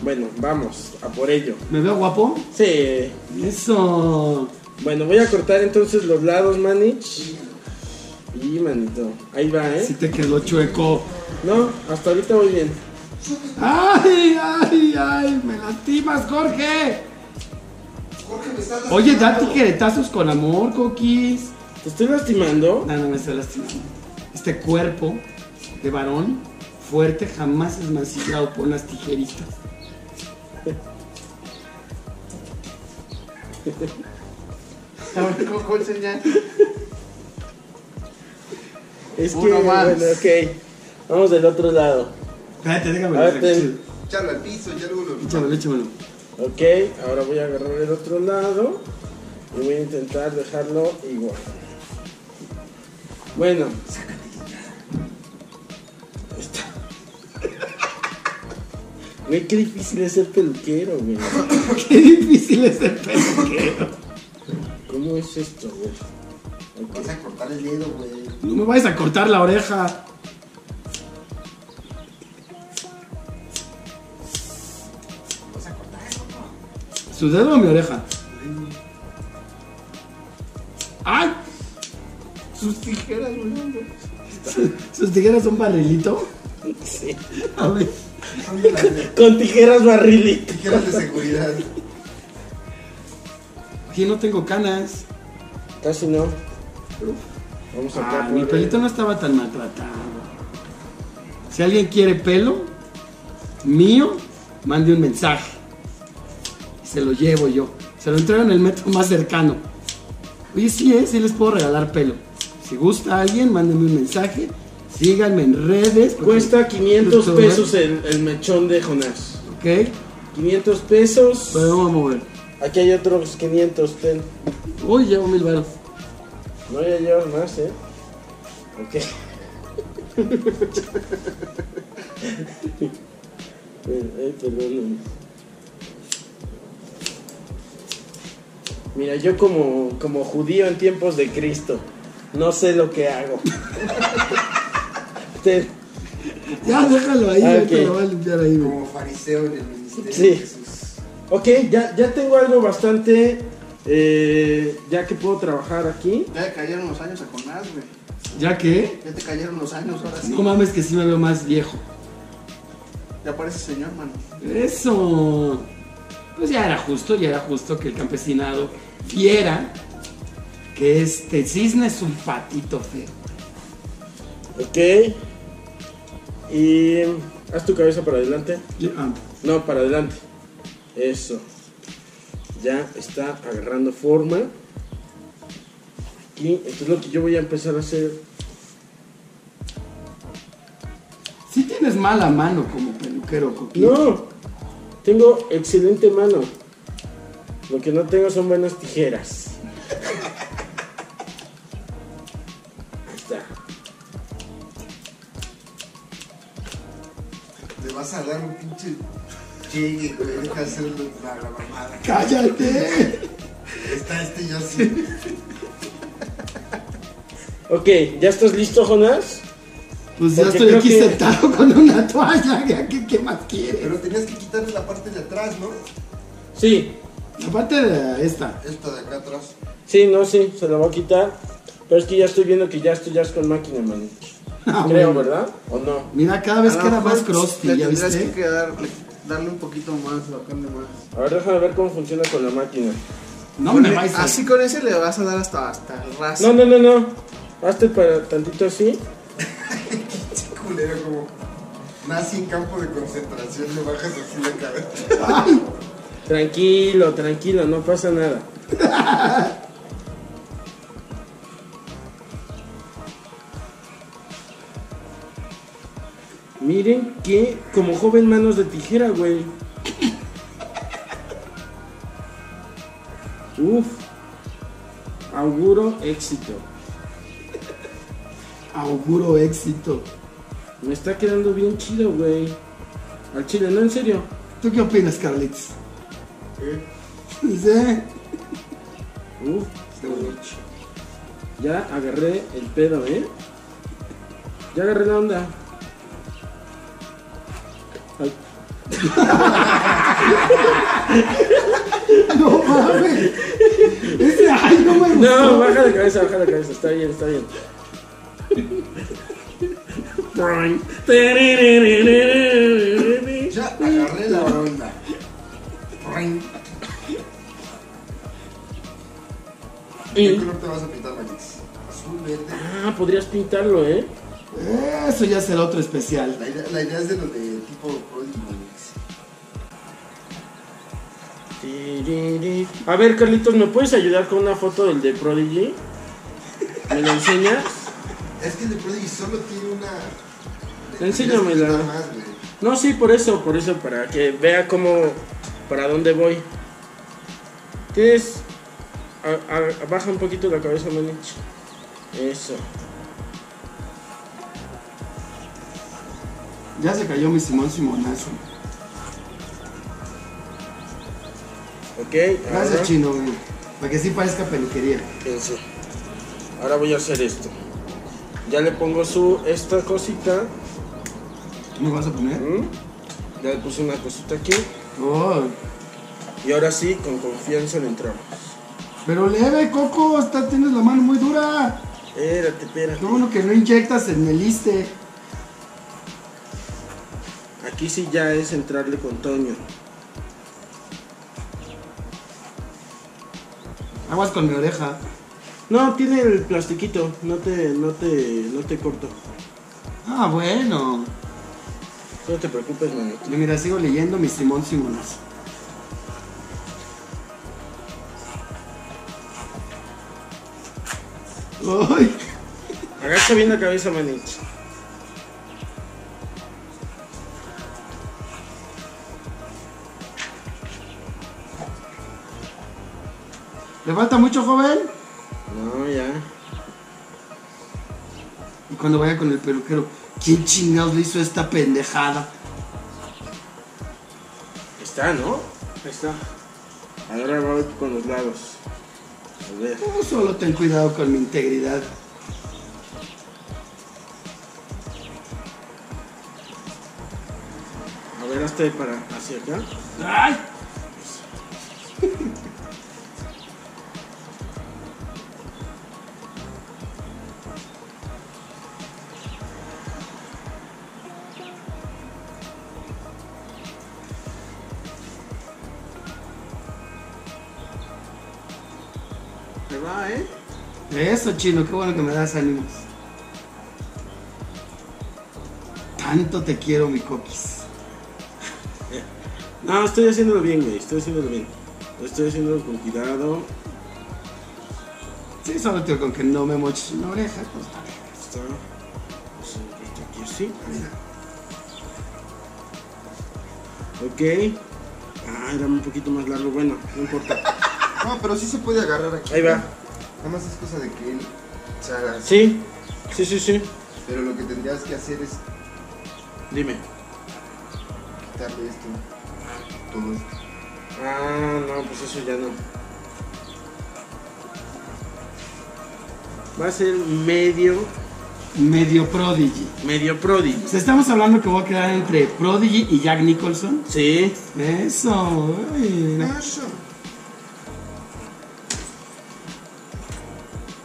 Bueno, vamos a por ello. ¿Me veo guapo? Sí. Eso. Bueno, voy a cortar entonces los lados, manich. Y manito. Ahí va, ¿eh? Si te quedó chueco. No, hasta ahorita voy bien. ¡Ay, ay, ay! ¡Me lastimas, Jorge! Jorge, me estás Oye, da lastimando. tijeretazos con amor, Coquis. ¿Te estoy lastimando? No, no me estoy lastimando. Este cuerpo de varón fuerte jamás es mancillado por unas tijeritas. A ver, Coco, enseña. Es que, Uno más. bueno, ok. Vamos del otro lado. Espérate, déjame A ver, ten. Échalo al piso, ya luego lo. Échamelo, échamelo. Ok, ahora voy a agarrar el otro lado y voy a intentar dejarlo igual. Bueno. Ahí está. [LAUGHS] Güey, qué difícil es ser peluquero, güey. [LAUGHS] Qué difícil es el peluquero. ¿Cómo es esto, güey? Ok. Vas a cortar el dedo, güey. No me vayas a cortar la oreja. ¿Su dedo o mi oreja? ¡Ay! Sus tijeras, güey. ¿Sus tijeras son barrilito? Sí. A ver. Son de [LAUGHS] las Con tijeras barrilito. tijeras de seguridad. Aquí no tengo canas. Casi no. Vamos acá. Ah, por mi el- pelito no estaba tan maltratado. Si alguien quiere pelo mío, mande un mensaje. se lo llevo yo. Se lo entrego en el metro más cercano. Oye, sí, ¿eh? sí les puedo regalar pelo. Si gusta alguien, mándenme un mensaje. Síganme en redes. porque- Cuesta 500 Justo, pesos el, el mechón de Jonás. Ok, 500 pesos. pero vamos a mover. Aquí hay otros 500, ten. Uy, llevo mil baros. No ya llevas más, ¿eh? Ok. [LAUGHS] Mira, ay, perdóname. Mira, yo como, como judío en tiempos de Cristo, no sé lo que hago. [LAUGHS] Ten. Ya, déjalo ahí, Ah, ahorita ok. lo voy a limpiar ahí, güey. Como fariseo en el ministerio Sí. de Jesús. Ok, ya, ya tengo algo bastante... eh, ya que puedo trabajar aquí. Ya le cayeron los años a Jonás, güey. ¿Ya que Ya te cayeron los años ahora sí. No mames que sí me veo más viejo. Ya parece señor, mano. Eso. Pues ya era justo, ya era justo que el campesinado viera que este cisne es un patito feo. Ok. Y haz tu cabeza para adelante. Ah, No, para adelante. Eso. Ya está agarrando forma. Aquí, esto es lo que yo voy a empezar a hacer. Sí tienes mala mano como peluquero, coquín. No, tengo excelente mano. Lo que no tengo son buenas tijeras. [LAUGHS] Ahí está. Te vas a dar un pinche chingue, güey. Deja hacer la, la mamada. ¡Cállate! Está este yo así. Ok, ¿ya estás listo, Jonás? Pues ya Porque estoy creo aquí que- sentado con una toalla, ya, ¿qué, qué más quieres? Pero tenías que quitarle la parte de atrás, ¿no? Sí, Aparte de esta. Esta de acá atrás. sí, no, sí, se la voy a quitar. Pero es que ya estoy viendo que ya estoy ya es con máquina, man. Ah, Creo, bueno. ¿verdad? ¿O no? Mira, cada vez A lo queda mejor más crusty, le ¿ya tendrías viste? que quedar- le- darle un poquito más, la carne más. A ver, déjame ver cómo funciona con la máquina. No Con me el- vais a... Así con ese le vas a dar hasta, hasta el ras. No, no, no, no. Hazte para tantito así. Pinche culero, como. Nazi en campo de concentración, le bajas así la cabeza. ¡Ay! Tranquilo, tranquilo, no pasa nada. [LAUGHS] Miren que como joven manos de tijera, güey. Uf. Auguro éxito. Auguro éxito. Me está quedando bien chido, güey. Al chile, no en serio. ¿Tú qué opinas, Carlitos? ¿Sí? Uf, está bueno. Ya agarré el pedo, ¿eh? Ya agarré la onda. Ay, No mames. Ese, ay, no me gustó. No, baja la cabeza, baja la cabeza. Está bien, está bien. Ya agarré la onda. Ring. ¿Qué color te vas a pintar, Max? Azul, verde. Ah, podrías pintarlo, ¿eh? Eso ya será otro especial. La idea, la idea es de lo de tipo Prodigy, Max. A ver, Carlitos, ¿me puedes ayudar con una foto del de Prodigy? ¿Me la enseñas? Es que el de Prodigy solo tiene una. le tendrías que Enséñamela. quitar más, güey. No, sí, por eso, por eso, para que vea cómo, para dónde voy. Tienes, a- a- baja un poquito la cabeza, Manich. Eso. Ya se cayó mi Simón Simonazo. Ok, Gracias, ahora, chino, güey. Para que sí parezca peluquería. fíjense. Ahora voy a hacer esto. Ya le pongo su, esta cosita. ¿Me vas a poner? ¿m? Ya le puse una cosita aquí. Oh, Y ahora sí, con confianza le entramos. pero leve, Coco. Está, tienes la mano muy dura. Espérate, espérate. Qué bueno que no inyectas en el iste. Aquí sí ya es entrarle con Toño. Aguas con mi oreja. No, tiene el plastiquito. No te, no te, no te corto. Ah, bueno. No te preocupes, manito. Yo, mira, sigo leyendo mi Simón Simonazo. Ay. Agacha bien la cabeza, manich. ¿Le falta mucho, joven? No, ya. Y cuando vaya con el peluquero, ¿quién chingados le hizo esta pendejada? Está, ¿no? Está. Ahora va con los lados. A ver. Tú solo ten cuidado con mi integridad. A ver, hazte para hacia acá. ¡Ay! Te va, ¿eh? Eso, chino, qué bueno que me das ánimos. Tanto te quiero, mi coquis. No, estoy haciéndolo bien, güey. Estoy haciéndolo bien. Lo estoy haciéndolo con cuidado. Sí, solo te digo con que no me moches una oreja, pues está bien. Está. pues, está aquí así. Ok. Ah, era un poquito más largo. Bueno, no [LAUGHS] importa. No, pero sí se puede agarrar aquí. Ahí va. Nada más es cosa de que él se haga así. Sí, sí, sí, sí. Pero lo que tendrías que hacer es Dime. quitarle esto. Todo esto. Ah, no, pues eso ya no. Va a ser medio, Medio prodigy. medio prodigy. Pues estamos hablando que voy a quedar entre Prodigy y Jack Nicholson. Sí. Eso, ay, mira.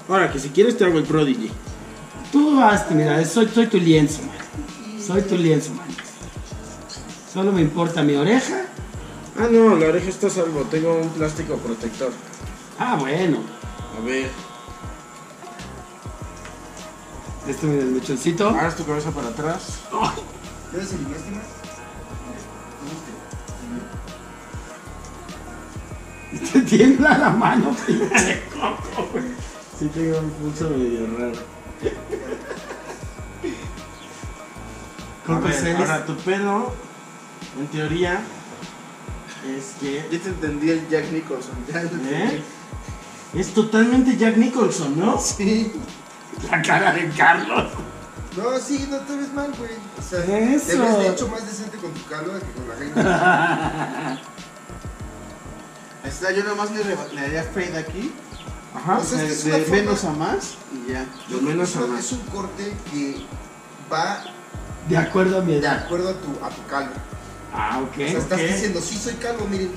Ahora, que si quieres te hago el prodigy. Tú hazte, mira, soy, soy tu lienzo, man. Soy tu lienzo, man. Solo me importa mi oreja. Ah, no, la oreja está a salvo. Tengo un plástico protector. Ah, bueno. A ver. Este mira, el mechoncito. Ah. Ahora es tu cabeza para atrás. ¿Puedes eliminaste más? Y [LAUGHS] te tiembla la mano, pinche. Sí, tengo un pulso medio [LAUGHS] raro. A Coco ver, Celis. ahora, tu pelo, en teoría, es que Ya te entendí el Jack Nicholson. Ya te entendí. ¿Eh? Es totalmente Jack Nicholson, ¿no? Sí. La cara de Carlos. No, sí, no te ves mal, güey. O sea, te Eso. ves de hecho más decente con tu calva que con la gente. Ahí está, yo nomás le, re- le haría fade aquí. Ajá. Pues es que [LAUGHS] de es una de forma- menos a más y ya. Lo menos a más. Es un corte que va De acuerdo a mi de edad. acuerdo a tu, a tu calva. Ah, O sea, ok. estás Ok. diciendo, sí soy calvo, miren,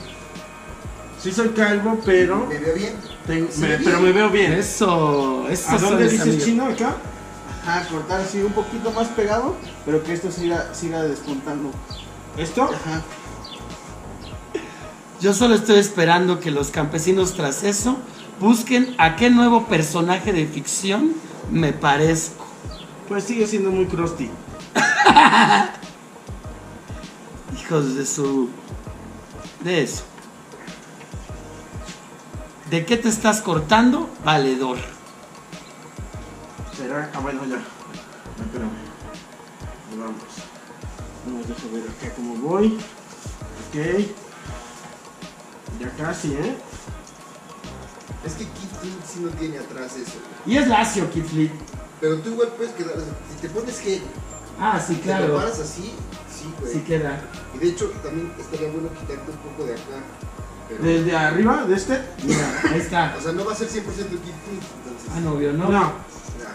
Sí soy calvo, pero, me veo bien. tengo- Sí, me- bien. pero me veo bien. Eso, eso ¿A dónde son mis dices amigos. chino acá? Ajá, cortar así un poquito más pegado, pero que esto siga, siga despuntando. ¿Esto? Ajá. Yo solo estoy esperando que los campesinos tras eso busquen a qué nuevo personaje de ficción me parezco. Pues sigue siendo muy crusty. Hijos de su... De eso. ¿De qué te estás cortando, valedor? Será. Ah, bueno, ya. Espérame. Ahí Vamos. Vamos, deja ver acá cómo voy. Ok. Ya casi, ¿eh? Es que Keith Flint sí no tiene atrás eso. güey. Y es Lacio, Kifli. Pero tú igual puedes quedar, o sea, si te pones gel, Ah, sí, y te lo claro. paras así, sí, güey. Sí queda. Y de hecho, también estaría bueno quitarte un poco de acá. Pero, ¿Desde arriba? ¿De este? Mira, ahí está. o sea, no va a ser 100% Keith Flint, entonces. Ah, no, vio, no. No. Ah,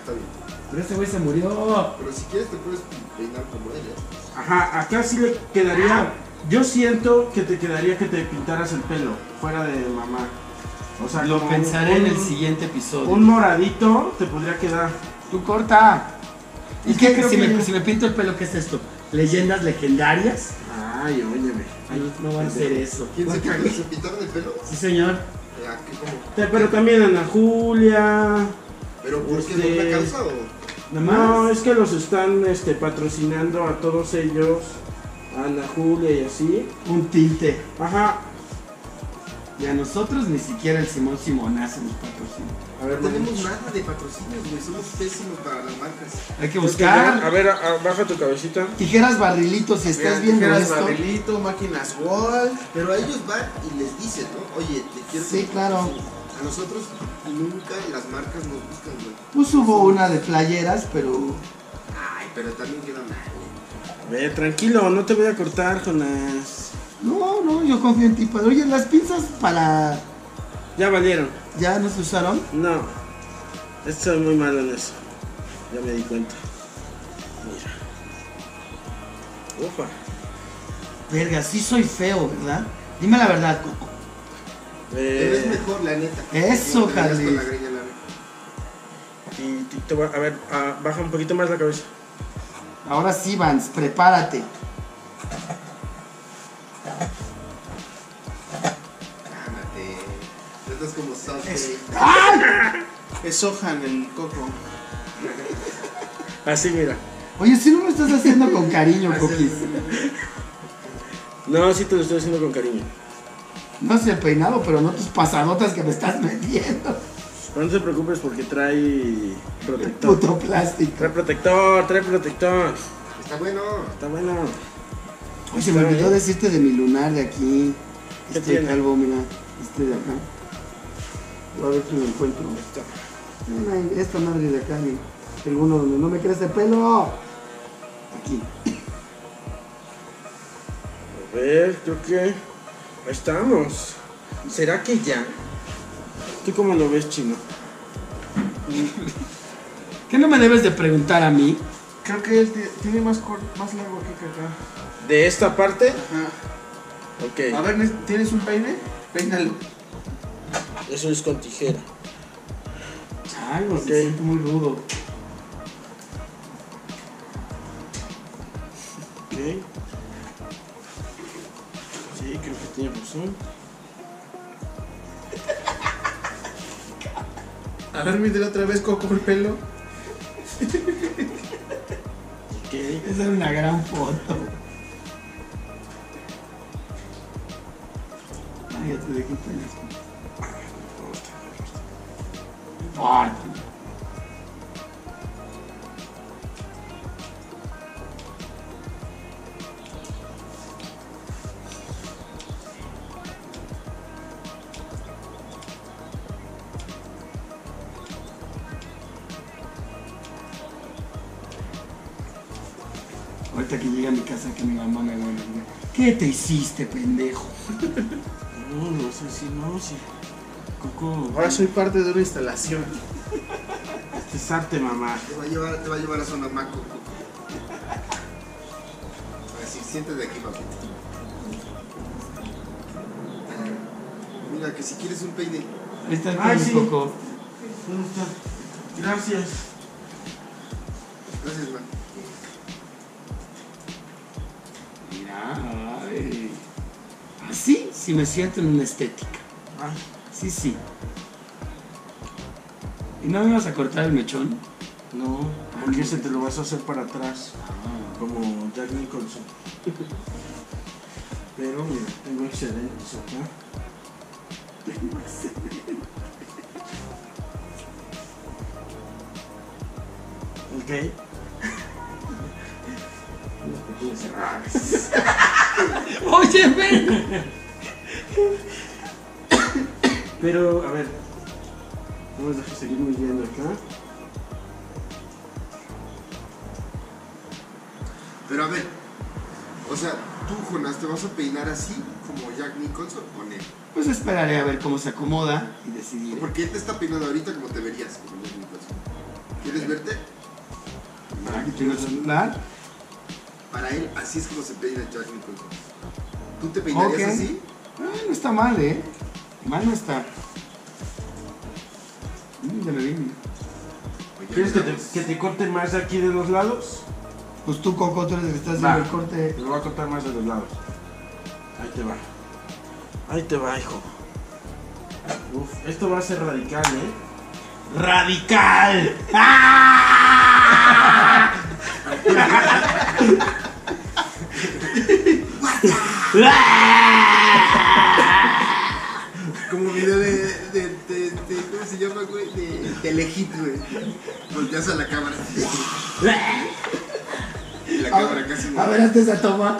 está bien. Pero ese güey se Ah, murió. Pero si quieres te puedes peinar como ella. Ajá, acá sí le quedaría. Yo siento que te quedaría que te pintaras el pelo, fuera de mamá. O sea, Lo como pensaré en un- el siguiente episodio. Un moradito te podría quedar. Tú corta. ¿Y Es que qué? creo Si, que me, yo- si me pinto el pelo, ¿qué es esto? ¿Leyendas legendarias? Ay, óyeme. Ay, no van a hacer eso. ¿Quién se quitó? ¿Se pintaron el pelo? Sí, señor. Eh, ¿a qué como? Te- Pero también Ana Julia. Pero ¿por qué Este- no me causa o Nada No, más. es que los están este, patrocinando a todos ellos. Ana Julia y así. Un tinte. Ajá. Y a nosotros ni siquiera el Simón Simonazo nos patrocina. A No tenemos nada de patrocinios, güey. Somos pésimos para las marcas. Hay que buscar. A ver, a- a- baja tu cabecita. Tijeras barrilito, si Mira, estás viendo tijeras esto. Ah. barrilito, máquinas wall. Pero a ellos van y les dicen, ¿no? Oye, te quiero. Sí, claro. A nosotros nunca las marcas nos buscan, güey. Pues hubo una de playeras, pero. Ay, pero también queda mal. A ver, tranquilo, no te voy a cortar, Jonas. No, no, yo confío en ti, padre. Oye, las pinzas para. Ya valieron. ¿Ya no se usaron? No. Estoy muy malo en eso. Ya me di cuenta. Mira. Opa. Verga, sí soy feo, ¿verdad? Dime la verdad, Coco. Te ves Eh, mejor, la neta. Eso, Te ves con Carlis. la greña larga. ti- ti- te voy a a ver, ah, baja un poquito más la cabeza. Ahora sí, Vans, prepárate. Cálmate. Tú Estás como South Bay. Es Sohan el coco. Así, mira. Oye, si no lo estás haciendo con [LAUGHS] cariño, Coquis. No, sí te lo estoy haciendo con cariño. No sé el peinado, pero no tus pasadotas que me estás [LAUGHS] metiendo. Pero no te preocupes porque trae protector. Puto plástico. Trae protector, trae protector. Está bueno. Está bueno. Oye, se me Está olvidó bien. decirte de mi lunar de aquí. ¿Qué Este tiene? calvo, mira. Este de acá. A ver si lo encuentro. Mira, Esta madre de acá, mira. Tengo uno donde no me crece pelo. Aquí. A ver, creo que. Ahí estamos. ¿Será que ya? ¿Tú cómo lo ves, chino? ¿Qué no me debes de preguntar a mí? Creo que él tie- tiene más, cor- más largo aquí que acá. ¿De esta parte? Ajá. Ok. A ver, ¿nes- ¿tienes un peine? Peínalo. Eso es con tijera. Chalo, Ok. se siente muy rudo. Ok. Sí, creo que tiene razón. A ver, míralo otra vez, Coco, el pelo. Ok. Esa era una gran foto. Ay, ya te dejé pelas. Fuerte. Ahorita que llegue a mi casa que mi mamá me vuelve a ver, ¿Qué te hiciste, pendejo? No, no sé si no, si. Coco. Ahora soy parte de una instalación. Este es arte, mamá. Te va a llevar, te va a, llevar a zona maco, Coco. Así, siéntate aquí, papito. Mira, que si quieres un peine. Ahí está el Ay, pelo, sí. Coco. ¿Dónde está? Gracias. Gracias, man. Mira, ay. Así sí me siento en una estética. Ah, Sí, sí. ¿Y no me vas a cortar el mechón? no, porque ese te lo vas a hacer para atrás. Como Jack Nicholson. Pero mira, tengo excedentes acá. Ok. Oye, ven. Pero, a ver. Vamos a seguir midiendo acá. Pero a ver, o sea, tú, Jonas, ¿te vas a peinar así como Jack Nicholson o no? Pues esperaré a ver cómo se acomoda y decidiré. Porque él te está peinando ahorita como te verías como Jack Nicholson. ¿Quieres verte? Para que tenga el celular. Para él, así es como se peina Jack Nicholson. ¿Tú te peinarías Ok. así? Ah, no está mal, ¿eh? Mal no está. Mm, ya me vi. Oye, ¿Quieres que te, Jonas, que te corte más de aquí de los lados? Pues tú, Coco, tú eres el que estás haciendo Va. el corte. Te lo voy a cortar más de los lados. Ahí te va. Ahí te va, hijo. Uf, esto va a ser radical, ¿eh? ¡Radical! ¡Ah! Como video de. de, de, de- ¿Cómo se llama, güey? De Telehit, güey. Volteas a la cámara. Y la cámara casi no. A ver, hasta esa toma.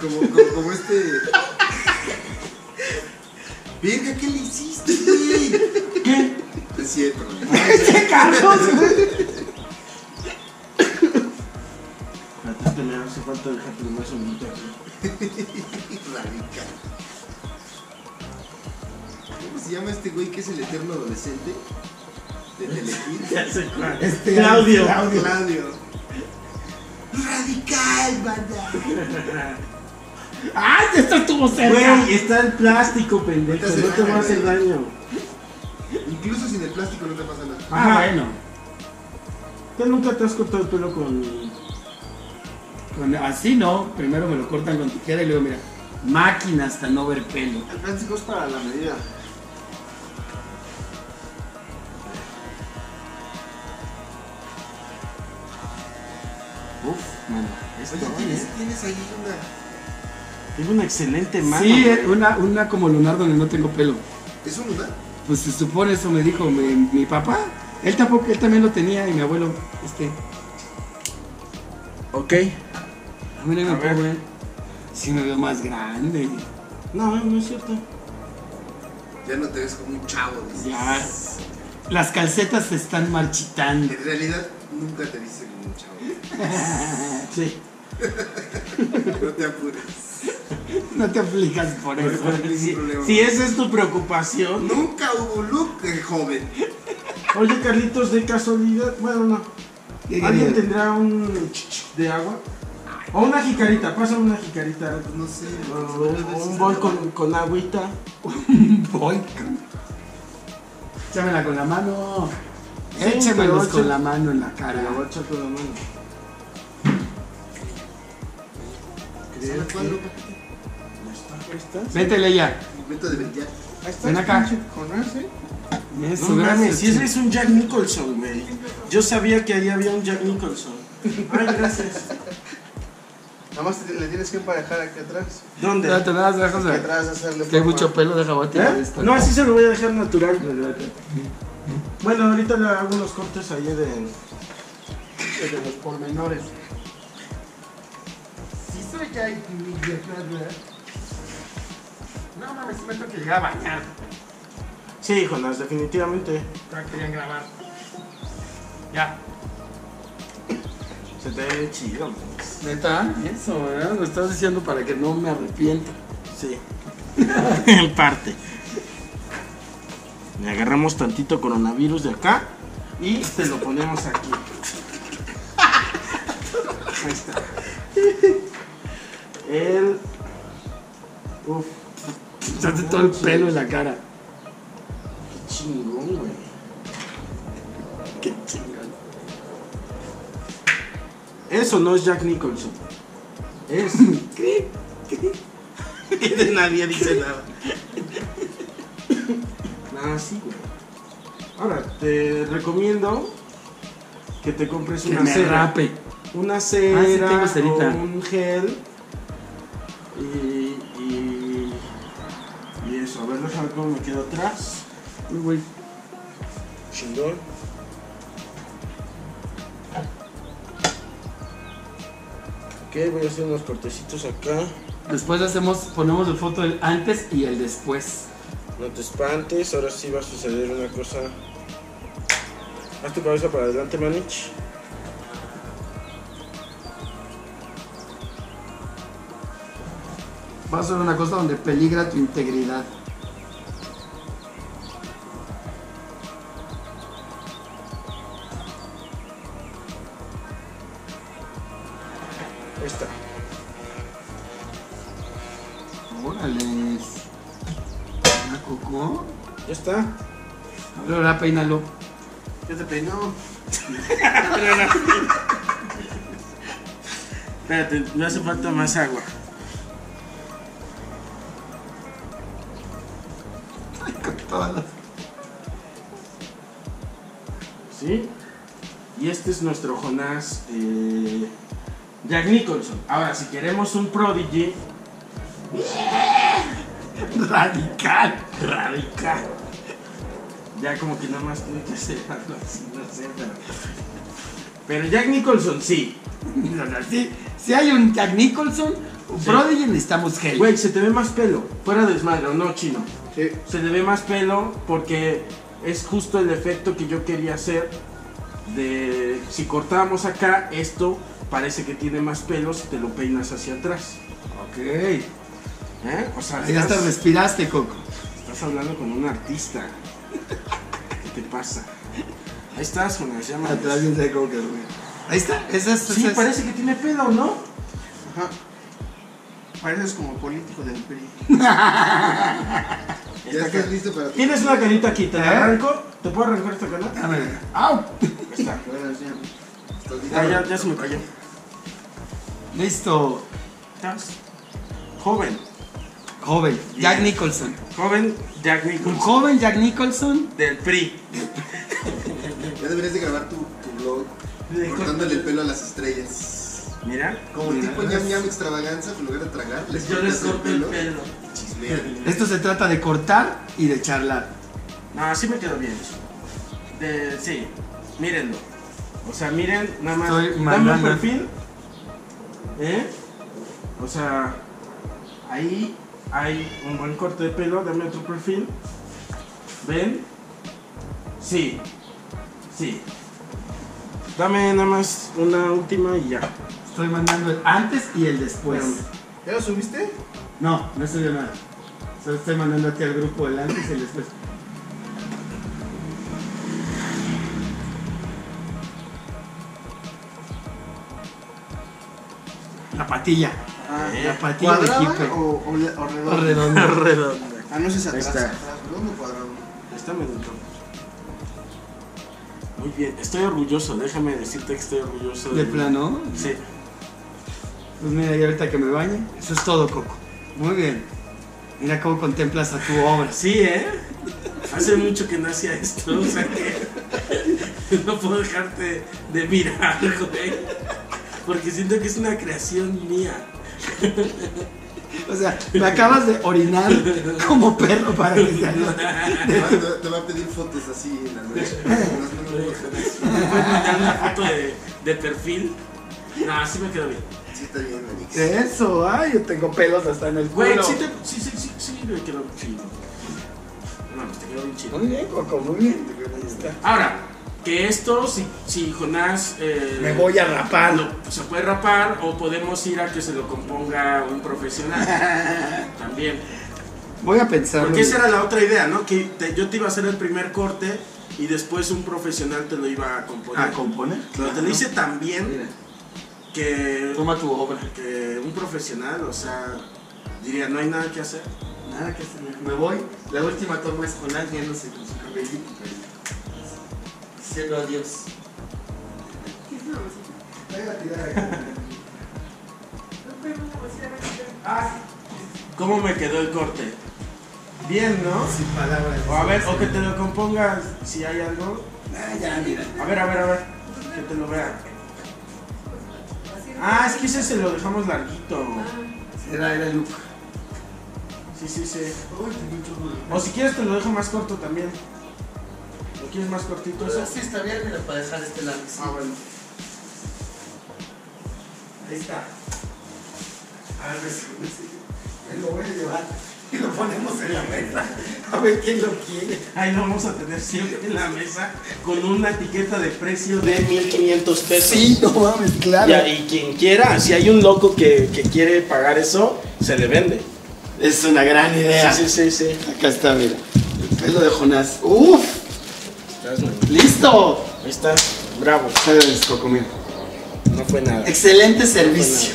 Como, como, como este. Verga, ¿qué le hiciste, güey? ¿Qué? Es cierto, ¡Este Carlos! A ti te me hace falta dejarte un beso bonito aquí. Radical. ¿Cómo se llama este güey que es el eterno adolescente? De Telehit. [LAUGHS] Ya sé cuál. Este, Claudio. Claudio. Claudio. Radical, banda. ¡Ah! Esto estuvo cerca. Güey, está el plástico, pendejo. No te va a hacer daño. Incluso sin el plástico no te pasa nada. Ah, bueno. ¿Tú nunca te has cortado el pelo con Con- Así no, primero me lo cortan con tijera y luego mira, máquina hasta no ver pelo. El plástico es para la medida. Uf, mano. Esto, Oye, ¿eh? tienes, tienes ahí una. Tengo una excelente mano. sí, eh. güey. una, una como lunar donde no tengo pelo. ¿Es un lunar? Pues se supone eso me dijo mi, mi papá. Él tampoco, él también lo tenía y mi abuelo, este. Ok. A mí no me A ver. puedo ver. Sí me veo más grande. No, eh, no es cierto. Ya no te ves como un chavo. dices. Ya. Las calcetas se están marchitando. En realidad nunca te viste como un chavo. Sí. no te apures. No te aplicas por eso. Si, si esa es tu preocupación. Nunca hubo look de joven. Oye, Carlitos, de casualidad. Bueno, no. ¿Qué ¿Alguien querías? tendrá un ch- ch- de agua? O una jicarita, pasa una jicarita. No sé. O un bol con, con [LAUGHS] agüita. Voy. Échamela con la mano. Sí, Échamelos pero con echa- la mano en la cara. Te la voy a echar con la mano. Creo que- Ahí está. Métele ya. Momento de ventear. Ahí está. Ven acá. Conoce. Eso, No gracias, mames, si chico. ese es un Jack Nicholson, güey. Yo sabía que ahí había un Jack Nicholson. Ay, gracias. Nada más te- le tienes que emparejar aquí atrás. ¿Dónde? Ya te das, dejas Aquí de- atrás hacerle Que hay forma. mucho pelo de jabote. ¿Eh? No, así se lo voy a dejar natural. Bueno, ahorita le hago unos cortes ahí de, de los pormenores. Sí, soy ya idiota, ¿verdad? No mames, me tengo que llegar a bañar. Sí, Jonás, definitivamente. Ya querían grabar. Ya. Se te ve chido, mames. Neta, eso, ¿verdad? Lo estás diciendo para que no me arrepienta. Sí. [LAUGHS] en parte. Le agarramos tantito coronavirus de acá y te lo ponemos aquí. Ahí está. El. Uf. Echaste todo el pelo en la cara. Qué chingón, güey. Qué chingón. Eso no es Jack Nicholson. Es. [LAUGHS] ¿Qué? de nadie dice nada. Nada, sí, güey. Ahora, te recomiendo que te compres Que una me cera. rape. Una cera Ah, sí tengo cerita. o un gel. Y, y. y eso, a ver, déjame ver cómo me quedo atrás. Uy, güey. Chingón. Ok, voy a hacer unos cortecitos acá. Después hacemos, ponemos la foto del antes y el después. No te espantes, ahora sí va a suceder una cosa. Haz tu cabeza para adelante, Manich. Va a ser una cosa donde peligra tu integridad. Ahí está. Órale. ¿La cocó? Ya está. Ahora, ahora peínalo. Ya te peinó. Espérate, me hace falta más agua. ¿Sí? Y este es nuestro Jonás eh, Jack Nicholson. Ahora, si queremos un Prodigy, [LAUGHS] Radical, radical. Ya como que nada más tuve que hacer algo así, no sé, pero. Pero Jack Nicholson sí. sí. Si hay un Jack Nicholson, un Sí. Prodigy, necesitamos gel. Güey, se te ve más pelo. Fuera de desmadre, ¿o no, chino. Se te ve más pelo porque es justo el efecto que yo quería hacer. De si cortábamos acá, esto parece que tiene más pelo si te lo peinas hacia atrás. Ok. O sea, Ya hasta respiraste, Coco. Estás hablando con un artista. ¿Qué te pasa? Ahí estás, Jonas, ya mames. Atrás bien seco, que güey. Ahí está, esa es. Sí, esa es- parece que tiene pelo, ¿no? Ajá. Pareces como político del PRI. [LAUGHS] Ya estás listo para tu- Tienes una canita aquí, te la ¿Eh? arranco. ¿Te puedo arrancar esta canita? A ver. ¡Au! Está. Ah, Ya, ya, ya se me cayó. Listo. Estás Joven. Joven. Jack Nicholson. Joven Jack Nicholson. Un joven Jack Nicholson. del PRI. Ya deberías de grabar tu, tu blog cortándole el pelo a las estrellas. Mira. Como Mira. tipo ñam ñam extravaganza, en lugar de tragar, les Yo les cortas corto el pelo. Chismean. Esto se trata de cortar y de charlar. No, Ah, sí me quedó bien. De, sí, mírenlo. O sea, miren, nada más. Estoy dame un mandando. perfil. ¿Eh? O sea, ahí hay un buen corte de pelo. Dame otro perfil. ¿Ven? Sí. Sí. Dame nada más una última y ya. Estoy mandando el antes y el después. ¿Ya lo subiste? No, no subió nada. Solo estoy mandando aquí al grupo el antes y el después. La patilla. Ah, la patilla de ¿Cuadrada Keeper. o, o, le- o redonda? O redonda. Redonda. Ah, no sé si atrás, Ahí está. atrás, redondo o cuadrado. Está medio tonto. Muy bien, estoy orgulloso. Déjame decirte que estoy orgulloso. ¿De mí. plano? Sí. Pues mira, y ahorita que me bañe, eso es todo, Coco. Muy bien. Mira cómo contemplas a tu obra. Sí, ¿eh? Hace mucho que no hacía esto, o sea que [LAUGHS] no puedo dejarte de mirar, güey. Porque siento que es una creación mía. O sea, me acabas de [LAUGHS] orinar como perro para que te hagas. Te va- te va- Te va a pedir fotos así en la noche. Unas manos ¿Me puedes mandar una foto de, de perfil? No, sí me quedó bien. Sí, está bien, Manix. Eso, ay, yo tengo pelos hasta en el culo. Güey, sí, te, sí, sí, sí, sí, me quedó chido. No, pues te quedó bien chido. Muy bien, Coco, muy bien. Ahí está. Ahora, que esto, si, si Jonás. eh, Me voy a rapar. lo- se puede rapar o podemos ir a que se lo componga un [LAUGHS] profesional. También. Voy a pensar. Porque esa era la otra idea, ¿no? Que te- yo te iba a hacer el primer corte y después un profesional te lo iba a componer. ¿A componer? Pero te lo hice tan bien que. Toma tu obra. Que un profesional, o sea, diría, no hay nada que hacer. Nada que hacer. Me voy. La última toma es con alguien, no sé, con su cabellito. Diciendo adiós. ¿Cómo me quedó el corte? Bien, ¿no? Sin palabras. O a ver, o que te lo compongas si hay algo. Ah, ya, mira. A ver, a ver, a ver. Que te lo vea. Ah, es que ese se lo dejamos larguito. Era, era Luke. Sí, sí, sí. O si quieres te lo dejo más corto también. ¿Lo quieres más cortito? ese? sí está bien, mira, para dejar este lado. Ah, bueno. Ahí está. A ver, sí, sí. Me lo voy a llevar y lo ponemos en la mesa. A ver quién lo quiere. Ahí lo vamos a tener siempre en la mesa con una etiqueta de precio de 1500 pesos. no mames, claro. Y, y quien quiera, si hay un loco que, que quiere pagar eso, se le vende. Es una gran idea. Sí, sí, sí. sí. Acá está, mira. El pelo de Jonás. ¡Uf! ¡Listo! Ahí está. Bravo. Sabes, Coco, mira. No fue nada. Excelente servicio.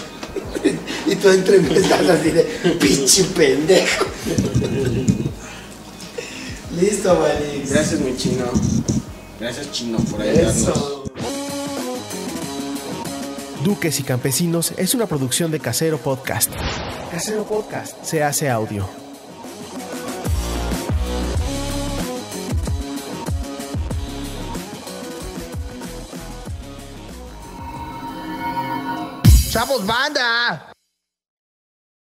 y tú entre estás así de pinche pendejo. Listo, Valix. Gracias, mi chino. Gracias, chino, por ayudarnos. Eso. Duques y Campesinos es una producción de Casero Podcast. Casero Podcast se hace audio. ¡Chavos, banda!